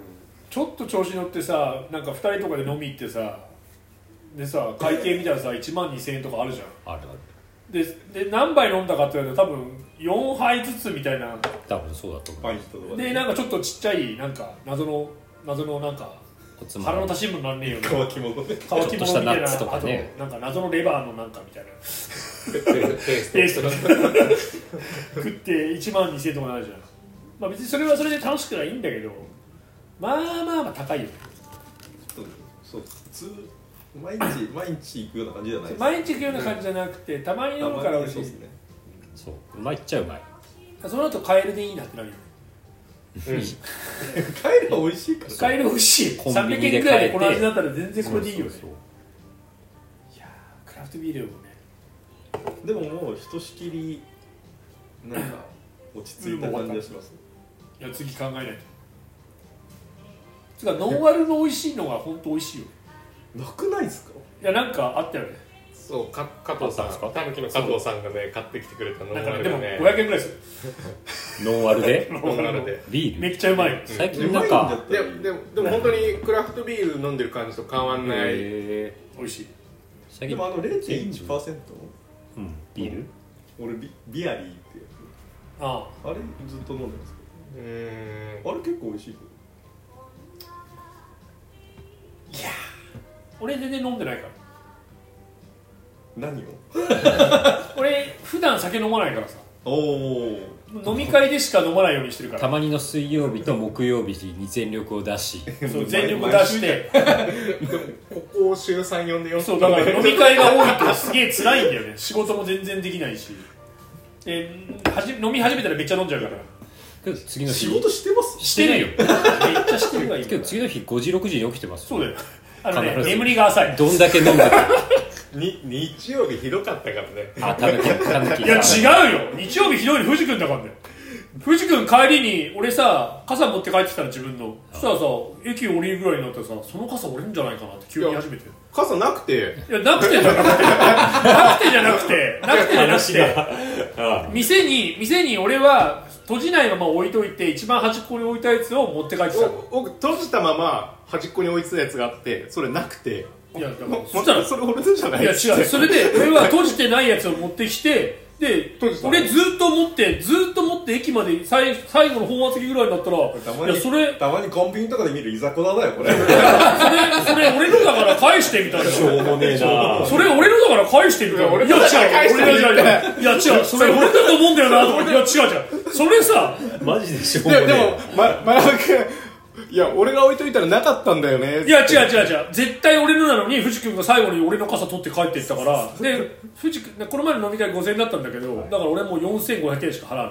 ちょっと調子乗ってさなんか2人とかで飲み行ってさでさ会計見たらさ1万2000円とかあるじゃんあるあるでで何杯飲んだかって言われたら多分4杯ずつみたいな多分そうだと思うパイントとかでなんかちょっとちっちゃいなんか謎の謎のなんかおつま腹みの足しにもなんねえよ (laughs) な乾き物で乾ちょきっと物したみナたいッなツとかねあとなんか謎のレバーのなんかみたいなペペーースストトの食って1万2000とかなるじゃんまあ別にそれはそれで楽しくないいんだけどまあまあまあ高いよねそう普通毎日毎日行くような感じじゃないです毎日行くような感じじゃなくてたまに飲むから美味しいそうでですすねそううまいっちゃうまいその後カエルでいいなってなるよね帰るの美味しいからカエル美味しいコンビニ300で円くら買えいでてこの味だったら全然これでいいよねそうそういやークラフトビールもねでももうひとしきりなんか落ち着いた感じがしますいや次考えないとつうかノンアルの美味しいのが本当美味しいよなくないですかいやなんかあったよねそうか加藤さんあったんですかたぬきの加藤さんがね買ってきてくれたノンなんアかねルででもね500円くらいですよノンアル (laughs) でノンアルでビーめルっちゃうまいよ最う近なんまいんだかったでらいいでもでも本当にクラフトビール飲んでる感じと変わんないえ美味しいーで最近もあの0.1%うんビール俺ビビアリーってやあつあれずっと飲んでますけうーんどあれ結構美味しいけどあ俺全然飲んでないから何を俺普段酒飲まないからさおお飲み会でしか飲まないようにしてるかたらまにの水曜日と木曜日に全力を出 (laughs) しそう全力出してここを週3呼んで4そうだから飲み会が多いとすげえ辛いんだよね仕事も全然できないしではじ飲み始めたらめっちゃ飲んじゃうからけど次の日仕事してますしてないよめっちゃしてるがいいけど次の日5時6時に起きてますよそうだよあのね必ず眠りが浅いどんだけ飲んだかに日曜日ひどかったからねあたぬきたぬきいや違うよ日曜日ひどいの藤君だからね藤君帰りに俺さ傘持って帰ってきたら自分のそしたらさ駅降りるぐらいになってさその傘折れんじゃないかなって急に始めて傘なくていやなくてじゃなくてなくてじゃなくてなくてじゃなくて店に店に俺は閉じないまま置いといて一番端っこに置いたやつを持って帰ってきたのお僕閉じたまま端っこに置いてたやつがあってそれなくていやだからもそしたらそれ俺のじゃないいや違うそれ (laughs) で俺は閉じてないやつを持ってきてで閉じた俺ずっと持ってずっと持って駅まで最最後の本厚木ぐらいになったらたまいにやそれたまにコンビニとかで見るいざこざだよこれそれそれ俺のだから返してみたいなうもねえなそれ俺のだから返してみたいいやな俺いやのだから違う返俺してのみじたゃないいや (laughs) 違うそれ俺だと思うんだよなと思っていや違う違うそれさマジでしょうもででねもままなぶくんいや俺が置いといたらなかったんだよねいや違う違う違う絶対俺のなのに藤君が最後に俺の傘取って帰っていったからで藤君でこの前の飲み会5000円だったんだけどだから俺もう4500円しか払わ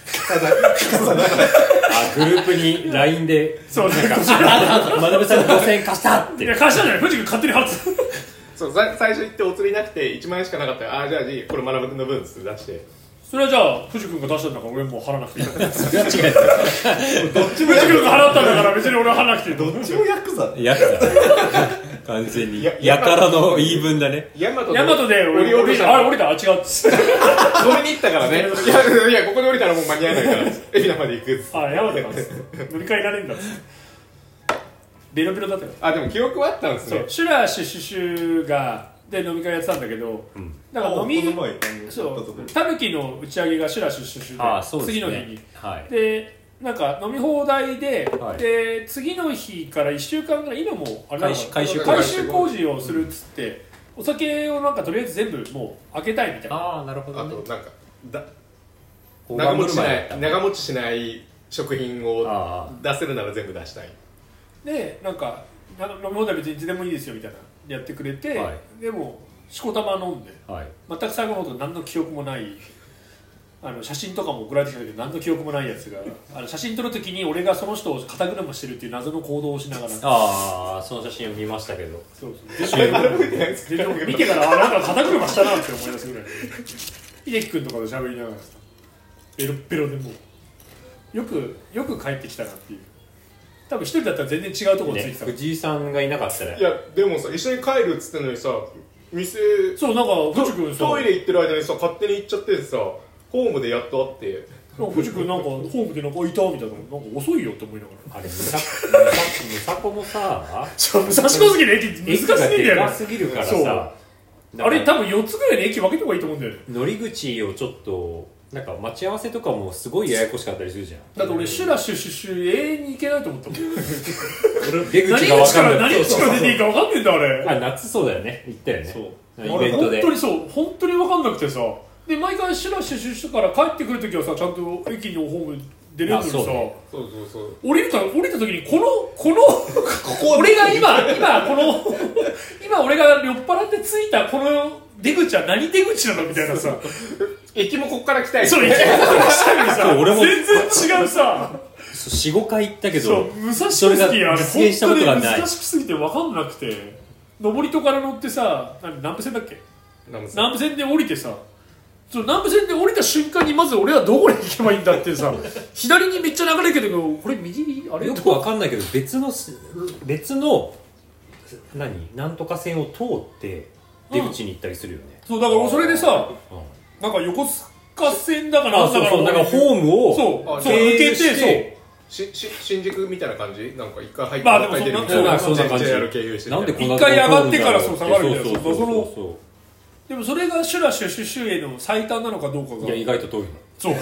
ないあグループに LINE でそうなんかまなぶさんに5000円貸したっいてや貸したんじゃない藤君勝手に払ってたそうさ最初行ってお釣りなくて1万円しかなかったよああじゃあじゃあこれ学ぶの分っつって出してそれはじゃあ藤君が出したんだから俺もう払わなくていいそれは違う藤君が払ったんだから別に俺は払わなくていいどっちもヤクザやだ完全にややからの言い分だねヤマトヤマトで俺降り俺たあの降りたあ違うっつって乗りに行ったから (laughs) ねいやいやここで降りたらもう間に合わないから (laughs) 海老名まで行くっつってあヤマトかっつって飲み会いらねえんだっつってベロベロだったよあでも記憶はあったんですそうねシュラーシュシュシュがで飲み会やってたんだけど、だから飲みこの前あのそ買ったとこうタヌキの打ち上げがシュラシュシュシュであそうですね次の日にはいでなんか飲み放題で、はいで次の日から1週間ぐらい今もうあれなのかな改修改修工事改修工事をするっつって、お酒をなんかとりあえず全部もう開けたいみたいなああなるほあとどねなんかだ大長盤持振ちるし舞なだったい長持ちしない食品をあ出せるなら全部出したいでなんかな飲み放題別にいつでもいいですよみたいなやってくれて、はでもしこたま飲んであはい全く最後のこと何の記憶もないあの写真とかも送られてきたけど何の記憶もないやつがあの写真撮るときに俺がその人を肩車してるっていう謎の行動をしながらそうああその写真を見ましたけどそう覚えてないですけ全ど然見てからあなんか肩車したなって思い出すぐらい秀樹君とかと喋りながらさベロッベロでもうよくよく帰ってきたなっていう多分一人だったら全然違うところついねてたから、藤井さんがいなかったらいやでもさ一緒に帰るっつってんのにさ店そうなんか藤君さトイレ行ってる間にさ勝手に行っちゃってさホームでやっと会ってなんか藤君なんかホームでなんかいたみたいななんか遅いよって思いながあられむさむさむさこもさちょ武蔵小杉の駅難しいんだ駅がよでかねすぎるからそうさあれ多分4つぐらいの駅分けた方がいいと思うんだよね乗り口をちょっとなんか待ち合わせとかもすごいややこしかったりするじゃんだって俺シュラシュシュシュ永遠に行けないと思ったもん出口が何分口かかんらない何口から出ていいか分かんねえんだあれあ夏そうだよね行ったよねそうイベントで本当にそう本当に分かんなくてさで毎回シュラシュシュシュから帰ってくるときはさちゃんと駅のホーム出れるのにさ、あそうねそうそうそう降りるた降りた時にこのこの俺が今今この今俺が酔っ払って着いたこの出口は何出口なのみたいなさ駅もこっから来たいそう行き方からしたりさそう俺も全然違うさ45回行ったけそどう武蔵小それが杉はあれ実現したこ本と当がにない難しくすぎて分かんなくて上り戸から乗ってさ何南部線だっけナムさん南部線で降りてさそう南部線で降りた瞬間にまず俺はどこに行けばいいんだっ (laughs) てさ左にめっちゃ流れてるけどこれ右あれよく分かんないけど別のす別の何なんとか線を通って出口に行ったりするよね、そうだからそれでさなんか横須賀線だからあそうそうなんだからかホームをそうあそう経経抜け由てしてしし新宿みたいな感じなんか一回入ってまあでももう一回出るみたそいんななそうなんかそんな感じ JR 経由してなんでこんな一回上がってからそう下がるみたいなそうそうそうそうそそうでもそれがシュラシュシュシュへの最短なのかどうかういがや意外と遠いの (laughs) そう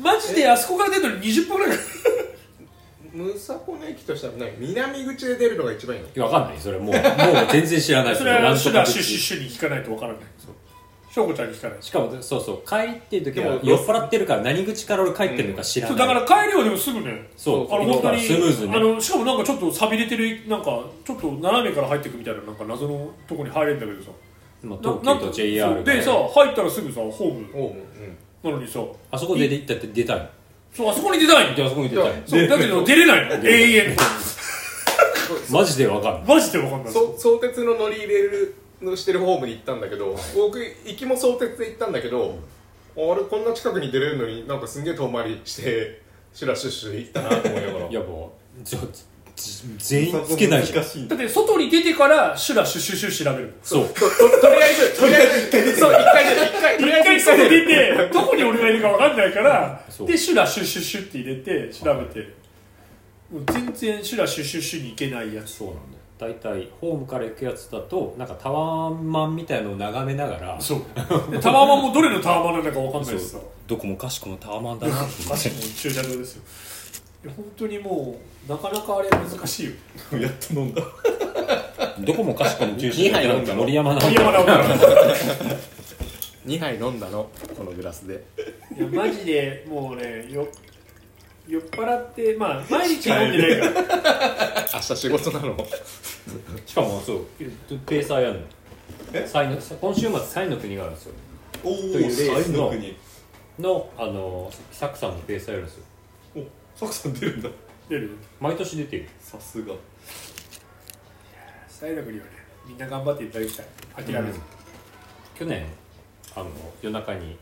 マジであそこから出るのに20分ぐらいかかるムサコの駅としてはね南口で出るのが一番いいのいやわかんないそれもうもう全然知らないそれはシュラシュシュしシュに聞かないとわからない翔子ちゃんに聞かないしかもそうそう帰ってる時ではも酔っ払ってるから何口から俺帰ってるのか知らなそいうだから帰りはでもすぐねそうあのだ本か当らにスムーズにあねのしかもなんかちょっと錆びれてるなんかちょっと斜めから入ってくみたいななんか謎のとこに入れるんだけどさまあな東なん急とか JR そうがでさ入ったらすぐさホームおううんなのにさあそこで出たって出たいそうあそこに出たいんだであそこに出たいそうだけど出れないの永遠マジでわかんないマジで分かんないそ相鉄の乗り入れるのしてるホームに行ったんだけど、僕行きも相鉄で行ったんだけど、あれこんな近くに出れるのになんかすんげえ遠回りしてシュラシュッシュ行ったなと思い (laughs) ながらいやもうちょち全員つけないじゃん難しいんだだって外に出てからシュラシュシュシュ調べるそうとととりあえずとりあえず一回出てそう一回出て一回と一りあえず一回回外出て出てどこに俺がいるか分かんないからそうでシュラシュシュシュって入れて調べてもう全然シュラシュシュシュに行けないやつそうなんだよ大体ホームから行くやつだとなんかタワーマンみたいのを眺めながらそうで (laughs) タワマンもどれのタワマンなのか分かんないしさどこもかしこもタワーマンだなってマジもう駐車場ですよいや本当にもうなかなかあれ難しいよやっと飲んだ (laughs) どこもかしこも駐車場なんか森山なんいやだまだ分かんない2杯飲んだのこのグラス (laughs) でいやマジでもうねよ酔っ払ってまあ毎日飲んでないから明日仕事なのしかもそうペーサーやんのサイの今週末サイの国があるんですよおおというレース最のの国のあのサクさんのペーサーやるんですよおサクさん出るんだ出る毎年出てるさすが最楽にはねみんな頑張っていただきたい諦めず、去年あの夜中に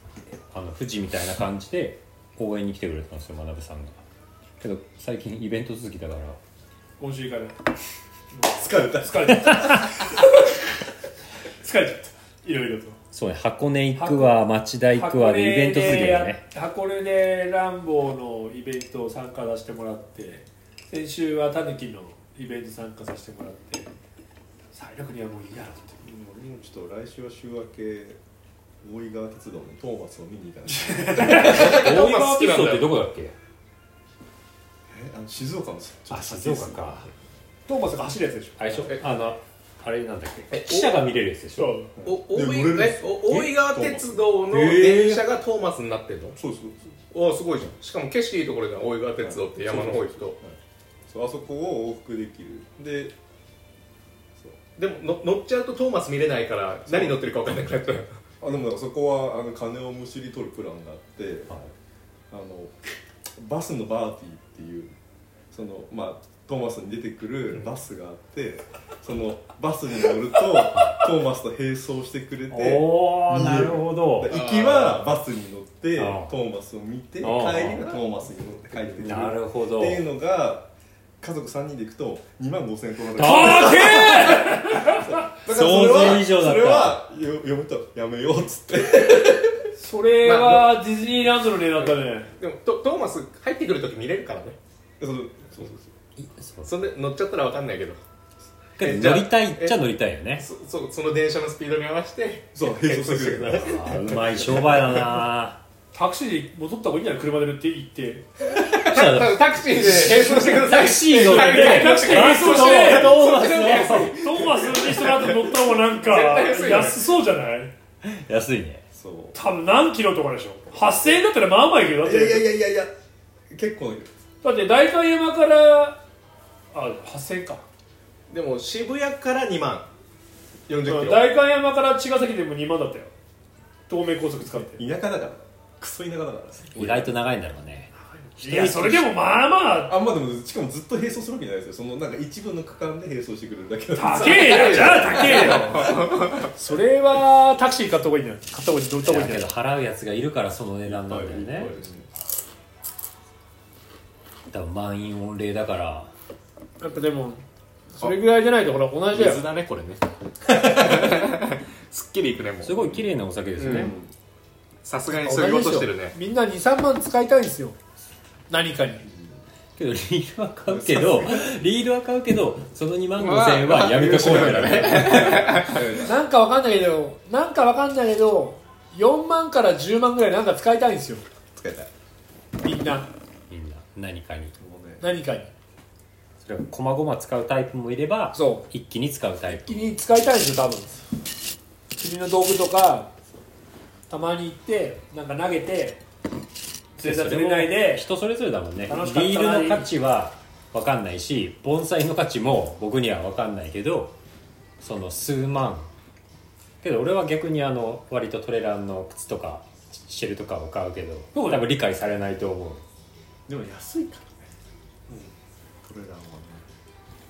あの富士みたいな感じで応援に来てくれたんですよ学さんがけど最近イベント続きだから今週から疲れた疲れた (laughs) 疲れちゃったいろいろとそうね箱根行くわ町田行くわでイベント続きだよね箱根でランボーのイベントを参加させてもらって先週はタヌキのイベント参加させてもらって最楽にはもういいやろって俺もちょっと来週は週明け大井川鉄道のトーマスを見に行かないと大井川鉄道ってどこだっけえあの静岡のちょっとあ静岡かトーマスが走るやつでしょあれでしょえあのあれなんだっけ記者が見れるやつでしょおで大井乗れるえお大井川鉄道のえー電車がトーマスになってんのそうそうそうおすごいじゃんしかも景色いいところじゃん大井川鉄道って山の方行くはいとそうあそこを往復できるででもの乗っちゃうとトーマス見れないから何乗ってるか分かんなくなっちゃうあでもだからそこはあの金をむしり取るプランがあってはいあのバスのバーティーっていうそのまあトーマスに出てくるバスがあってそのバスに乗ると (laughs) トーマスと並走してくれておお見れなるるほど行きはバスに乗ってあートーマスを見て帰りあはートーマスに乗って帰ってくるなるっほどていうのが家族3人で行くと2万5000円取られるあーだからそれは想像以上だったそれはよ読むとやめようっつってそれはディズニーランドの値段だねでもトトーマス入ってくるとき見れるからねそうそうそうけーそうそれで乗っちゃったら分かんないけどけど乗りたいっちゃ乗りたいよねそそその電車のスピードに合わせてそうそう並走してくれるあーうまい商売だなタクシーで戻った方がいいんじゃない車でって行ってタタクシーで並走してくださいタクシー乗ってタクシータクシー並走そうしてトーマスのトーマスに人が後乗った方がなんか絶対安いよね安そうじゃない安いねそう多分何キロとかでしょ8000円だったらまあまあいいけどだっいやいやていやいやいや結構だって代官山からあ8000円かでも渋谷から2万40キロ、代官山から茅ヶ崎でも2万だったよ東名高速使って田舎だからクソ田舎だから意外と長いんだろうねいやそれでもまあまああんまでもしかもずっと並走するわけじゃないですよそのなんか一部の区間で並走してくるだけだ高えよじゃあ高えよそれはタクシー買った方がいいんじゃない買った方がいい乗った方がだいいんけじゃどない払うやつがいるからその値段なんだよね、多分満員御礼だからやっぱでもそれぐらいじゃないとほら同じだよだねこ (laughs) れねすっきりいくねもうすごい綺麗なお酒ですよね、さすがにそぎ落としてるねみんな23万使いたいんですよ何かにけどリールは買うけどリールは買うけどその2万5000円はやめとこうってなるねなんかわかんないけどなんかわかんないけど4万から10万ぐらいなんか使いたいんですよ使いたいみんなみんな何かにもうね何かにそれを細々使うタイプもいればそ一気に使うタイプ気に使いたいんですよ多分君の道具とかたまに行ってなんか投げて全然釣れないで人それぞれだもんねリ楽しかったなールの価値は分かんないし盆栽の価値も僕には分かんないけどその数万けど俺は逆にあの割とトレランの靴とかシェルとかを買うけど多分理解されないと思うでも安いからねトレーラーはね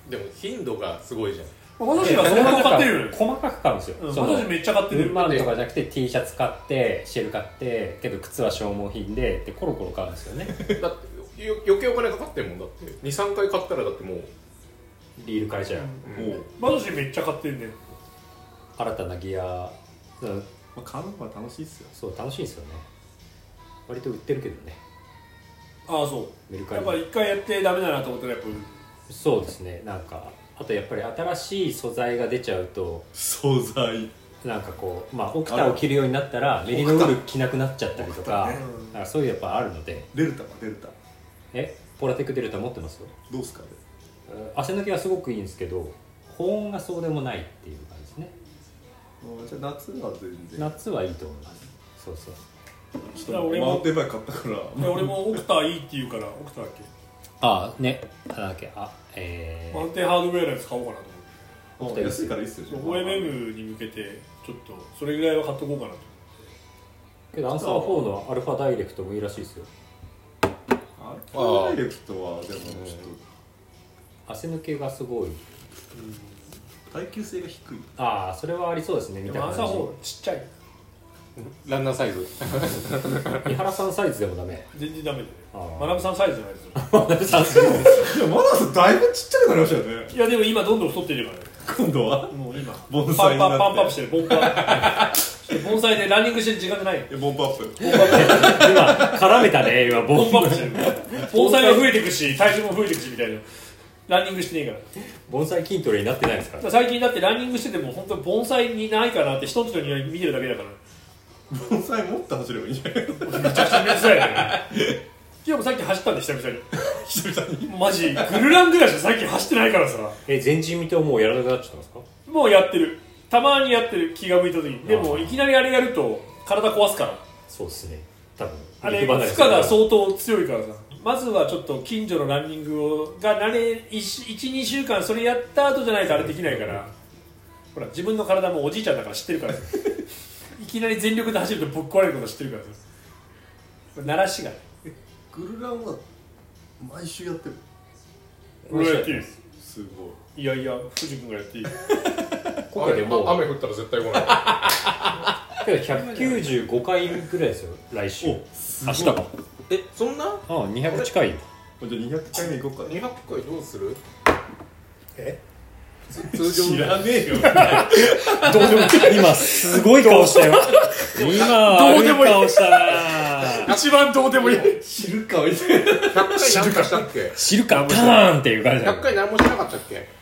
でも頻度がすごいじゃん私はそんな買ってるよね細かく買うんですよ、うんその私めっちゃ買ってるウーマンとかじゃなくて T シャツ買ってシェル買ってけど靴は消耗品ででコロコロ買うんですよねだってよ余計お金かかってるもんだって23回買ったらだってもうリール買いじゃんもう、 (laughs) 私めっちゃ買ってるんだよ新たなギアうんまあ、買うのは楽しいっすよそう楽しいんですよね割と売ってるけどねああそメルうカやっリぱ一回やってダメだなと思ったらやっぱ (laughs) そうですねなんかあとやっぱり新しい素材が出ちゃうと惣菜なんかこうまあオクタを着るようになったらメリノウール着なくなっちゃったりとか,、なんかそういうやっぱあるのでデルタはデルタえポラテックデルタ持ってますよどうすかねうん汗抜きはすごくいいんですけど保温がそうでもないっていう感じですねあじゃあ夏は全然夏はいいと思いますそうそうちょっと俺もマウンテンバイク買った (laughs) からで俺もオクターいいって言うからオクターだっけああねなんだっけあえマウーンテンハードウェアのやつ買おうかなともう安いからいいっすよ思って OMM に向けてちょっとそれぐらいは買っとこうかなとけどアンサー4のアルファダイレクトもいいらしいですよアルファダイレクトはでもちょっ汗抜けがすごいと耐久性が低いああそれはありそうですね見でたも感じ朝方ちっちゃいランナーサイズ三原さんサイズでもダメ全然ダメだよねあーマナブさんサイズじゃないですよいやマナさんだいぶちっちゃくなりましたよねいやでも今どんどん太ってるからね今度 (laughs) はもう今盆パ栽ンになってパンパンパンしてるボンパン盆栽でランニングしてる時間じゃ (laughs) ないよいやボンプアップ今絡めたね今ボ (laughs) ボンンパンしてる盆栽が増えてくし体重も増えてくしみたいなランニングしてねえから盆栽筋トレになってないですかだらから最近だってランニングしてても本当に盆栽にないかなって一つの匂い見てるだけだから盆栽持って走ればいいんじゃないめちゃくちゃ見づらいよね今日もさっき走ったんで久々に久々にマジグルランぐらいしか最近走ってないからさえ前人未到もうやらなくなっちゃったんですかもうやってるたまにやってる気が向いた時にでもいきなりあれやると体壊すからそうですね多分あれ肉負離荷するが相当強いからさまずはちょっと近所のランニングをが慣れ12週間それやった後じゃないとあれできないからほら自分の体もおじいちゃんだから知ってるから (laughs) さいきなり全力で走るとぶっ壊れること知ってるからさこれ慣らしがねグルランは毎週やってる俺はやっていいですすごいやいや藤君がやっていい今回でもうあ雨降ったら絶対来ないけど195回ぐらいですよ来週明日か (laughs) えそんなああ200近いよいじゃあ200回目行こうか200回どうするえつ通常ねえよ今すごい顔したよ今どうでもい悪い顔したな一番どうでもいい知るかみたいな100回何かしたっけ知るかターンっていう感じだ100回何もしなかったっけ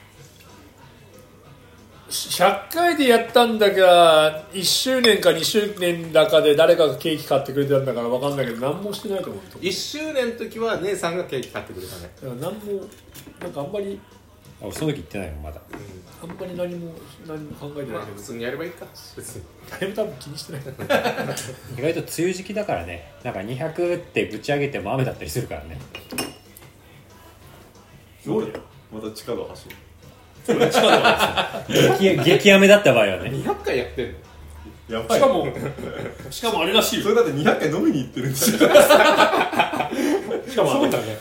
100回でやったんだか1周年か2周年だかで誰かがケーキ買ってくれたんだから分かんないけど何もしてないと思う1周年の時は姉さんがケーキ買ってくれたねだから何もなんかあんまり俺その時行ってないもんまだあんまり何も何も考えてまなあいけ普ど通にやればいいか別に誰も多分気にしてない意外と梅雨時期だからねなんか200ってぶち上げても雨だったりするからねすごいねまた地下道走る激激雨だった場合はね200回やってんのやばいしかもしかもあれらしいそよれだって200回飲みに行ってるんですよしかもあれだね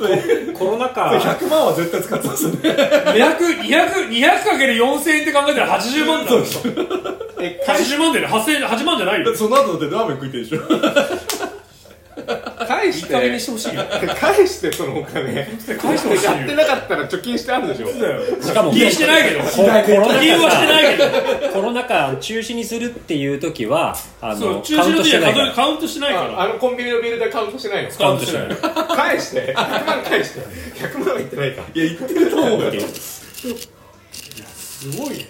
コロナ禍100万は絶対使ってますね (laughs) 200×4000 円って考えたら80万だよえ80万だよね8000円8万じゃないよその後だってラーメン食いてるでしょ返いいして加減にしてほしいよ (laughs) 返してそのお金返してほしいよやってなかったら貯金してあるでしょしかも気にしてないけどコロナ理由はして禍ないけどコロナ禍中止にするっていう時はあそのう中カウ止ンのトして時なはいから数えカウントしないからああのコンビニのビール代カウントしてないのカウントしない返して100万返して100万はいってないかいや行ってると思うよすごいね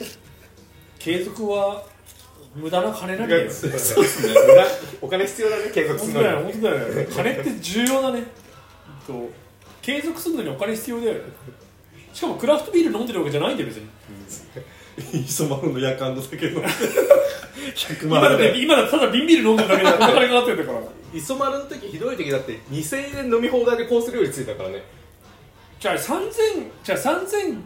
継続は無駄な金なんだよそうですね (laughs) お金必要だね継続す本る当だのよに本当だよ金って重要だねと継続するのにお金必要だよねしかもクラフトビール飲んでるわけじゃないんだよ別に磯丸の夜間の酒の100今万だっ円て今だってただ瓶ビール飲んでるだけでお金がかかってるんだから磯丸の時ひどい時だって2000円飲み放題でコース料理ついたからねじゃあ3000じゃあ3000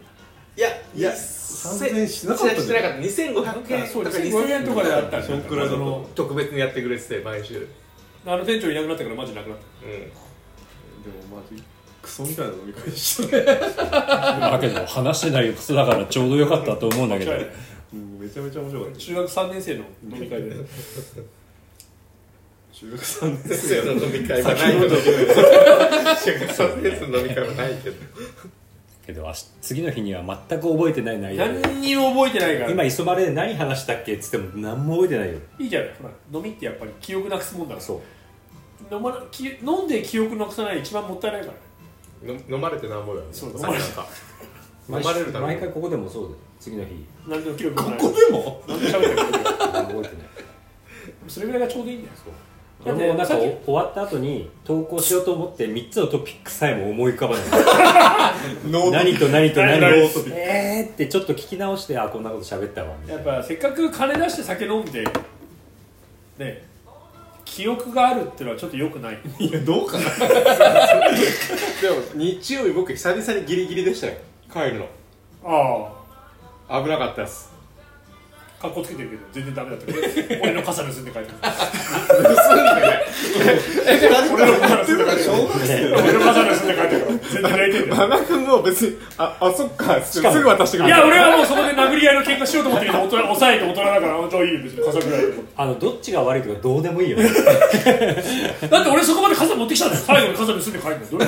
いやいや3000 3000円しなかったしてなかった2500円そうとか2500 2000円とかであったりそんくらいだと特別にやってくれてて毎週あの店長いなくなったからマジなくなっうでもマジクソみたいな飲み会でしたねだけど話してないよクソだからちょうどよかったと思うんだけたどうんめちゃめちゃ面白かった中学3年生の飲み会で中学3年ん先生生の飲み会はないけど (laughs) 先生の飲み会はないけどけど明日次の日には全く覚えてない内容で何にも覚えてないから今磯丸で何話したっけっつっても何も覚えてないよいいじゃないほら飲みってやっぱり記憶なくすもんだからそう飲まなき飲んで記憶なくさない一番もったいないから飲飲まれてなんぼだよねそうお酒なんか飲毎まれるだろ毎回ここでもそうだよ次の日何でも記憶もないここでも何でも喋ってる覚えてないそれぐらいがちょうどいいんだよ俺だっもてなんさかっき終わった後に投稿しようと思って3つのトピックさえも思い浮か (laughs) ばないノー何と何と何何を々をえーってちょっと聞き直してあこんなこと喋ったわみたいやなっぱせっかく金出して酒飲んでね記憶があるっていうのはちょっと良くないトいやどうかなでも日曜日僕久々にギリギリでしたよ帰るのあ危なかったっすあかっこつけてるけど全然ダメだったけど俺の傘盗んで帰ってた俺らもやってるから小学生俺の傘盗んで帰ってたから全然泣いてるよ真田君も別にああそっかすぐ渡してくいれや俺はもうそこで殴り合いの喧嘩しようと思ってるけど大人抑えて大人だからあじゃあいいよ別に傘ぐらいであのどっちが悪いとかどうでもいいよ (laughs) ねだって俺そこまで傘持ってきたんです最後に傘盗んで帰るんだよどれ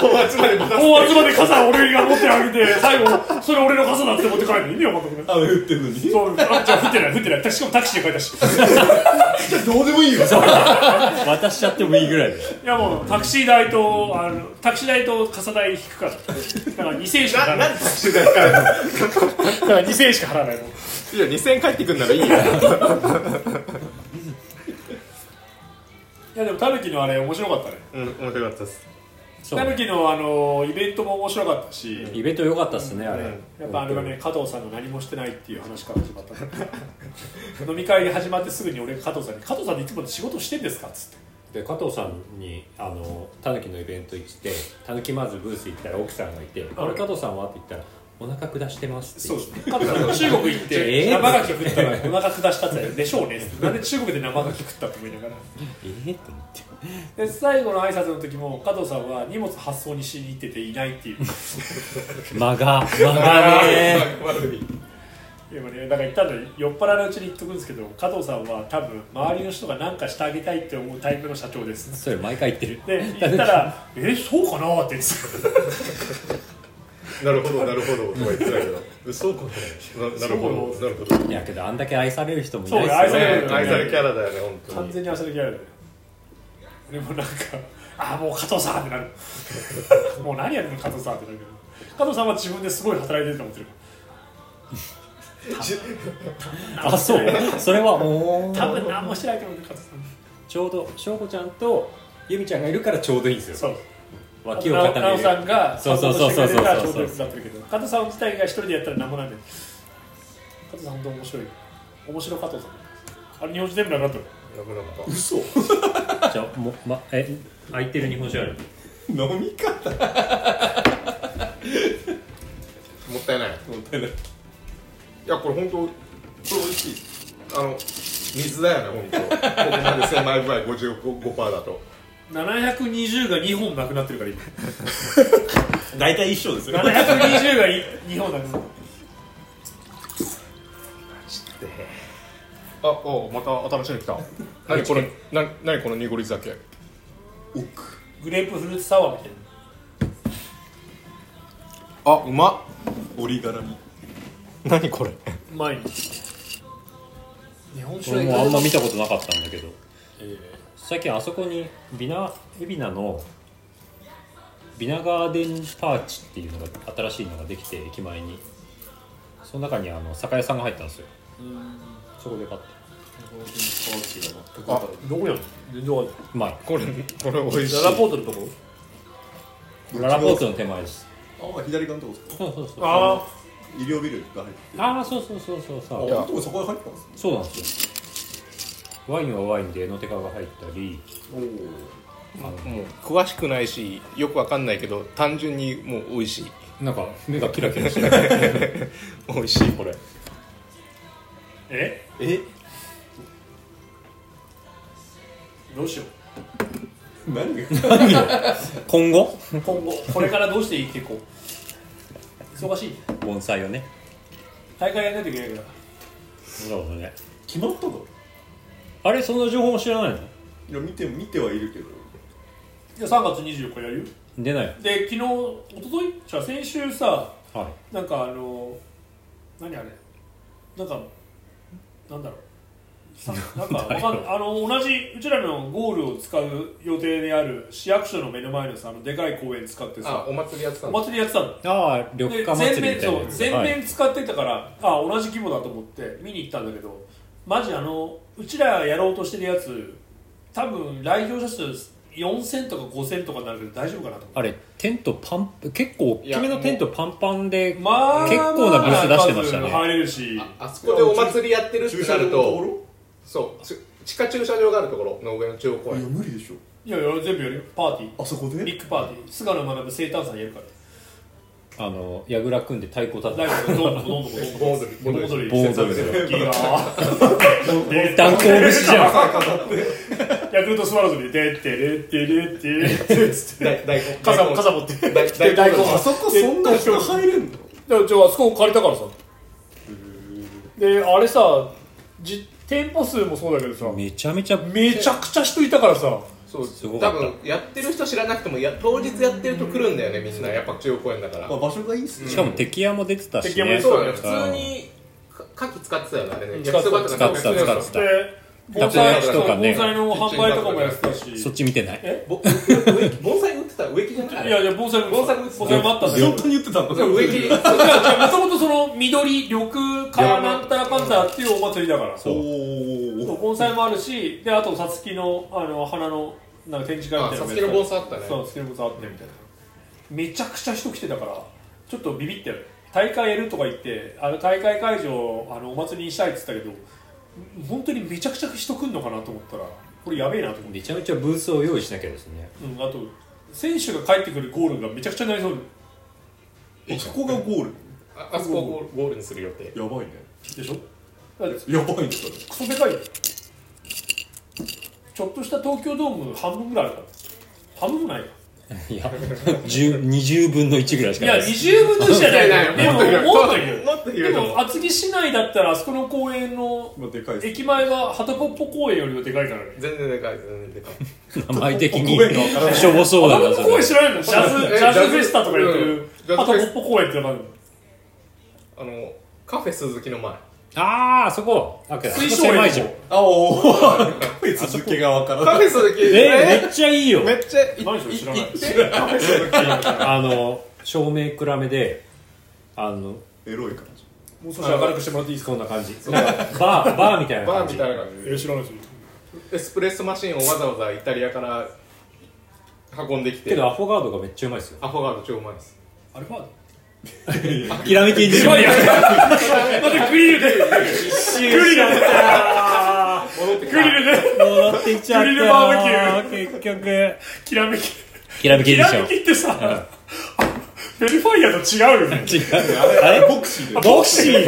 友達まで渡大集まで傘を俺が持ってあげて最後それ俺の傘だって持って帰るの意味わかんなくない雨降ってるのにそうあじゃあ降ってない降ってないしかもタクシーで帰ったしどうでもいいよ渡しちゃってもいいぐらいでいやもうタクシー代とあのタクシー代と傘代引くからだから2000円しか払わないなんでタクシー代からいやだから2000円しか払わないの2000円返ってくんならいいよいやでもタヌキのあれ面白かったねうん面白かったっすそうタヌキのあのイベントも面白かったしイベント良かったっすねあれ、やっぱあれはね加藤さんが何もしてないっていう話から始まった (laughs) 飲み会が始まってすぐに俺が加藤さんに「加藤さんっていつも仕事してんですか?」っつってで加藤さんにあのたぬきのイベント行ってたぬきまずブース行ったら奥さんがいて「あれ加藤さんは?」って言ったら「お腹下してます」って言って加藤さん中国行っえーて生ガキ食ったらお腹下したって言ったらでしょうねっつってなんで中国で生ガキ食ったって思いながら「えーっ?」と思ってで最後の挨拶の時も加藤さんは荷物発送にしに行ってていないっていう「間が (laughs) 間がね悪い今ねだから言ったんだよ酔っ払ううちに言っとくんですけど加藤さんは多分周りの人が何かしてあげたいって思うタイプの社長で」すそれ毎回言ってるで言った (laughs) ら「えそうかな?」って言ってなるほどなるほどとか言ってたけど嘘かなななるほどなるほどいやけどあんだけ愛される人もいないっそう愛すさよれる本当に愛されキャラだよね本た当完に全に朝のギャルだよ俺もなんか「ああもう加藤さん!」ってなるもう何やるの加藤さんってなるけど加藤さんは自分ですごい働いてると思ってるからあそうそれはおー多分何もしないと思うね勝田さんちょうど翔子ちゃんと由美ちゃんがいるからちょうどいいんですよそう脇を固なおめさるんがそうそうそうそうそうサポートしてくれるからちょうどよくなってるけど加藤さん自体が一人でやったら何もないんだよ加藤さん本当面白い面白加藤さんあれ日本酒全部なくなったのくなった嘘じゃあもう、ま、え空いてる日本酒ある飲み方ももったいないったいないいやこれ本当これ美味しいあの水だよね本当ここまで千枚具合55%だと720が2本なくなってるから今大体一緒ですよ720が2本なくなっあおまた新しいの来た何これな何この濁り酒グレープフルーツサワーみたいなあうまっ折り絡み (laughs) 何これ前に日本酒俺もあんま見たたことなかったんだけど、最近あそこにビナ海老名のビナガーデンパーチっていうのが新しいのができて駅前にその中にあの酒屋さんが入ったんですよそこで買ってあどこやん全然わかうんまいこれこれ美味しいないララポートのとこララポートの手前ですあ左側のとこですかそうそうそうあ医療ビルが入っててああそうそうそうそうそあう本当にそこが入ってたんですねそうなんですよワインはワインでエノテカが入ったりおーもう詳しくないしよくわかんないけど単純にもう美味しいなんか目がキラキラしてる (laughs) 美味しいこれあええどうしよ何が今後う今後これからどうして生きていこう忙しい盆栽をね大会やらないといけないからなるほどね決まったのあれその情報も知らないのいや見て見てはいるけどじゃあ3月24日やるよ出ないで昨日一昨日じゃあ先週さはいなんかあの何あれなんかなんだろう (laughs) さなんかわかんないあの同じうちらのゴールを使う予定である市役所の目の前のさあのでかい公園使ってさお祭りやってたおんだ祭りやってたのああ緑で化全祭り面みたいなそうやつ全はい面使ってたから、あ同じ規模だと思って見に行ったんだけどマジあのうちらやろうとしてるやつ多分来場者数4000とか5000とかになるけど大丈夫かなと思ってあれテントパン結構大きめのテントパンパンでまあ結構なブース出してましたね数入れるしあそこでお祭りやってるって駐な車場るのとことろそうち地下駐車場があるところの上の中央公いや園無理でしょいやいや全部やるよパーティあそこービでッグパーティー菅野学ぶ生誕祭やるからあの矢倉組んで太鼓叩ライくブどんどんどんどんどんどん盆踊り盆踊り盆踊りいいなぁ断交節じゃんヤクルトスワローズに「でってれってれってれ」っつって大大根傘傘持って大大大根根あそこそんな人入れんのだからじゃああそこ借りたからさであれさじ店舗数もそうだけどさ (laughs) めちゃめちゃめちゃくちゃ人いたからさそうごか多った分やってる人知らなくてもや当日やってると来るんだよねみんなやっぱ中央公園だからまあ場所がいいっすねしかも敵屋も出てたし敵屋もね出てそうだうねだ普ね通にか牡蠣使ってたよねあれね使っ焼きそてたば使とっかてた使ってたで盆雑貨栽屋とかね盆栽の販売とかもやってたしそっち見てないぼ植木盆栽売ってた植木じゃないいやいや盆栽盆栽盆栽もあったんだけ本ど当に言ってたの植木もともとその緑緑からなんたらかんたらっていうお祭りだからおそうー盆栽もあるしであとさつきのあの花のなんか展示会みたいさなもつやきってのた盆栽あったねそうスキルボツあってみたいなめちゃくちゃ人来てたからちょっとビビってる大会やるとか言ってあの大会会場あのお祭りにしたいって言ったけど本当にめちゃくちゃ人来んのかなと思ったらこれやべえなと思って、めちゃめちゃブースを用意しなきゃですねうん、あと選手が帰ってくるゴールがめちゃくちゃになりそうえそこがゴールああそこをゴールゴールにする予定やばいねでしょだってやばいねそれクソでかいよちょっとした東京ドーム半分ぐらいあるから半分もないよいや10 20分の1ぐらいしいかないやです20分の1じゃないよでももっと広いもっといるもっと広でいと思うも厚木市内だったらあそこの公園のまあでかいっす駅前がハトポッポ公園よりはでかいからね全然でかい全然でかい名前的に声がわからないしょぼそうハだトポなッそポ公園れ知らないのジャズ (laughs) ジえャズフェスタとかやってるジャズうんハトポッポ公園ってのがあるあのカフェ鈴木の前ああそこあ水そこ晶園狭いじゃんあおー (laughs) こいつ続けがわからカないフェ鈴木えーめっちゃいいよめっちゃい何それ知らない行ってカフェ鈴木あの照明暗めであのエロい感じもう少し明るくしてもらっていいですこんな感じうだなんかバーバーみたいなバ感ーじみたいな感かえ知らないですよじエスプレッソマシンをわざわざイタリアから運んできてけどアフォガードがめっちゃうまいですよアフォガード超うまいですアルファードひらめきに出るまたグリルでグリルで戻ってきグリルで戻っていっちゃったグリルバーベキュー結局きらめきひらめきできらしょめきってさベルファイアと違うよね違うあれボクシーボクシー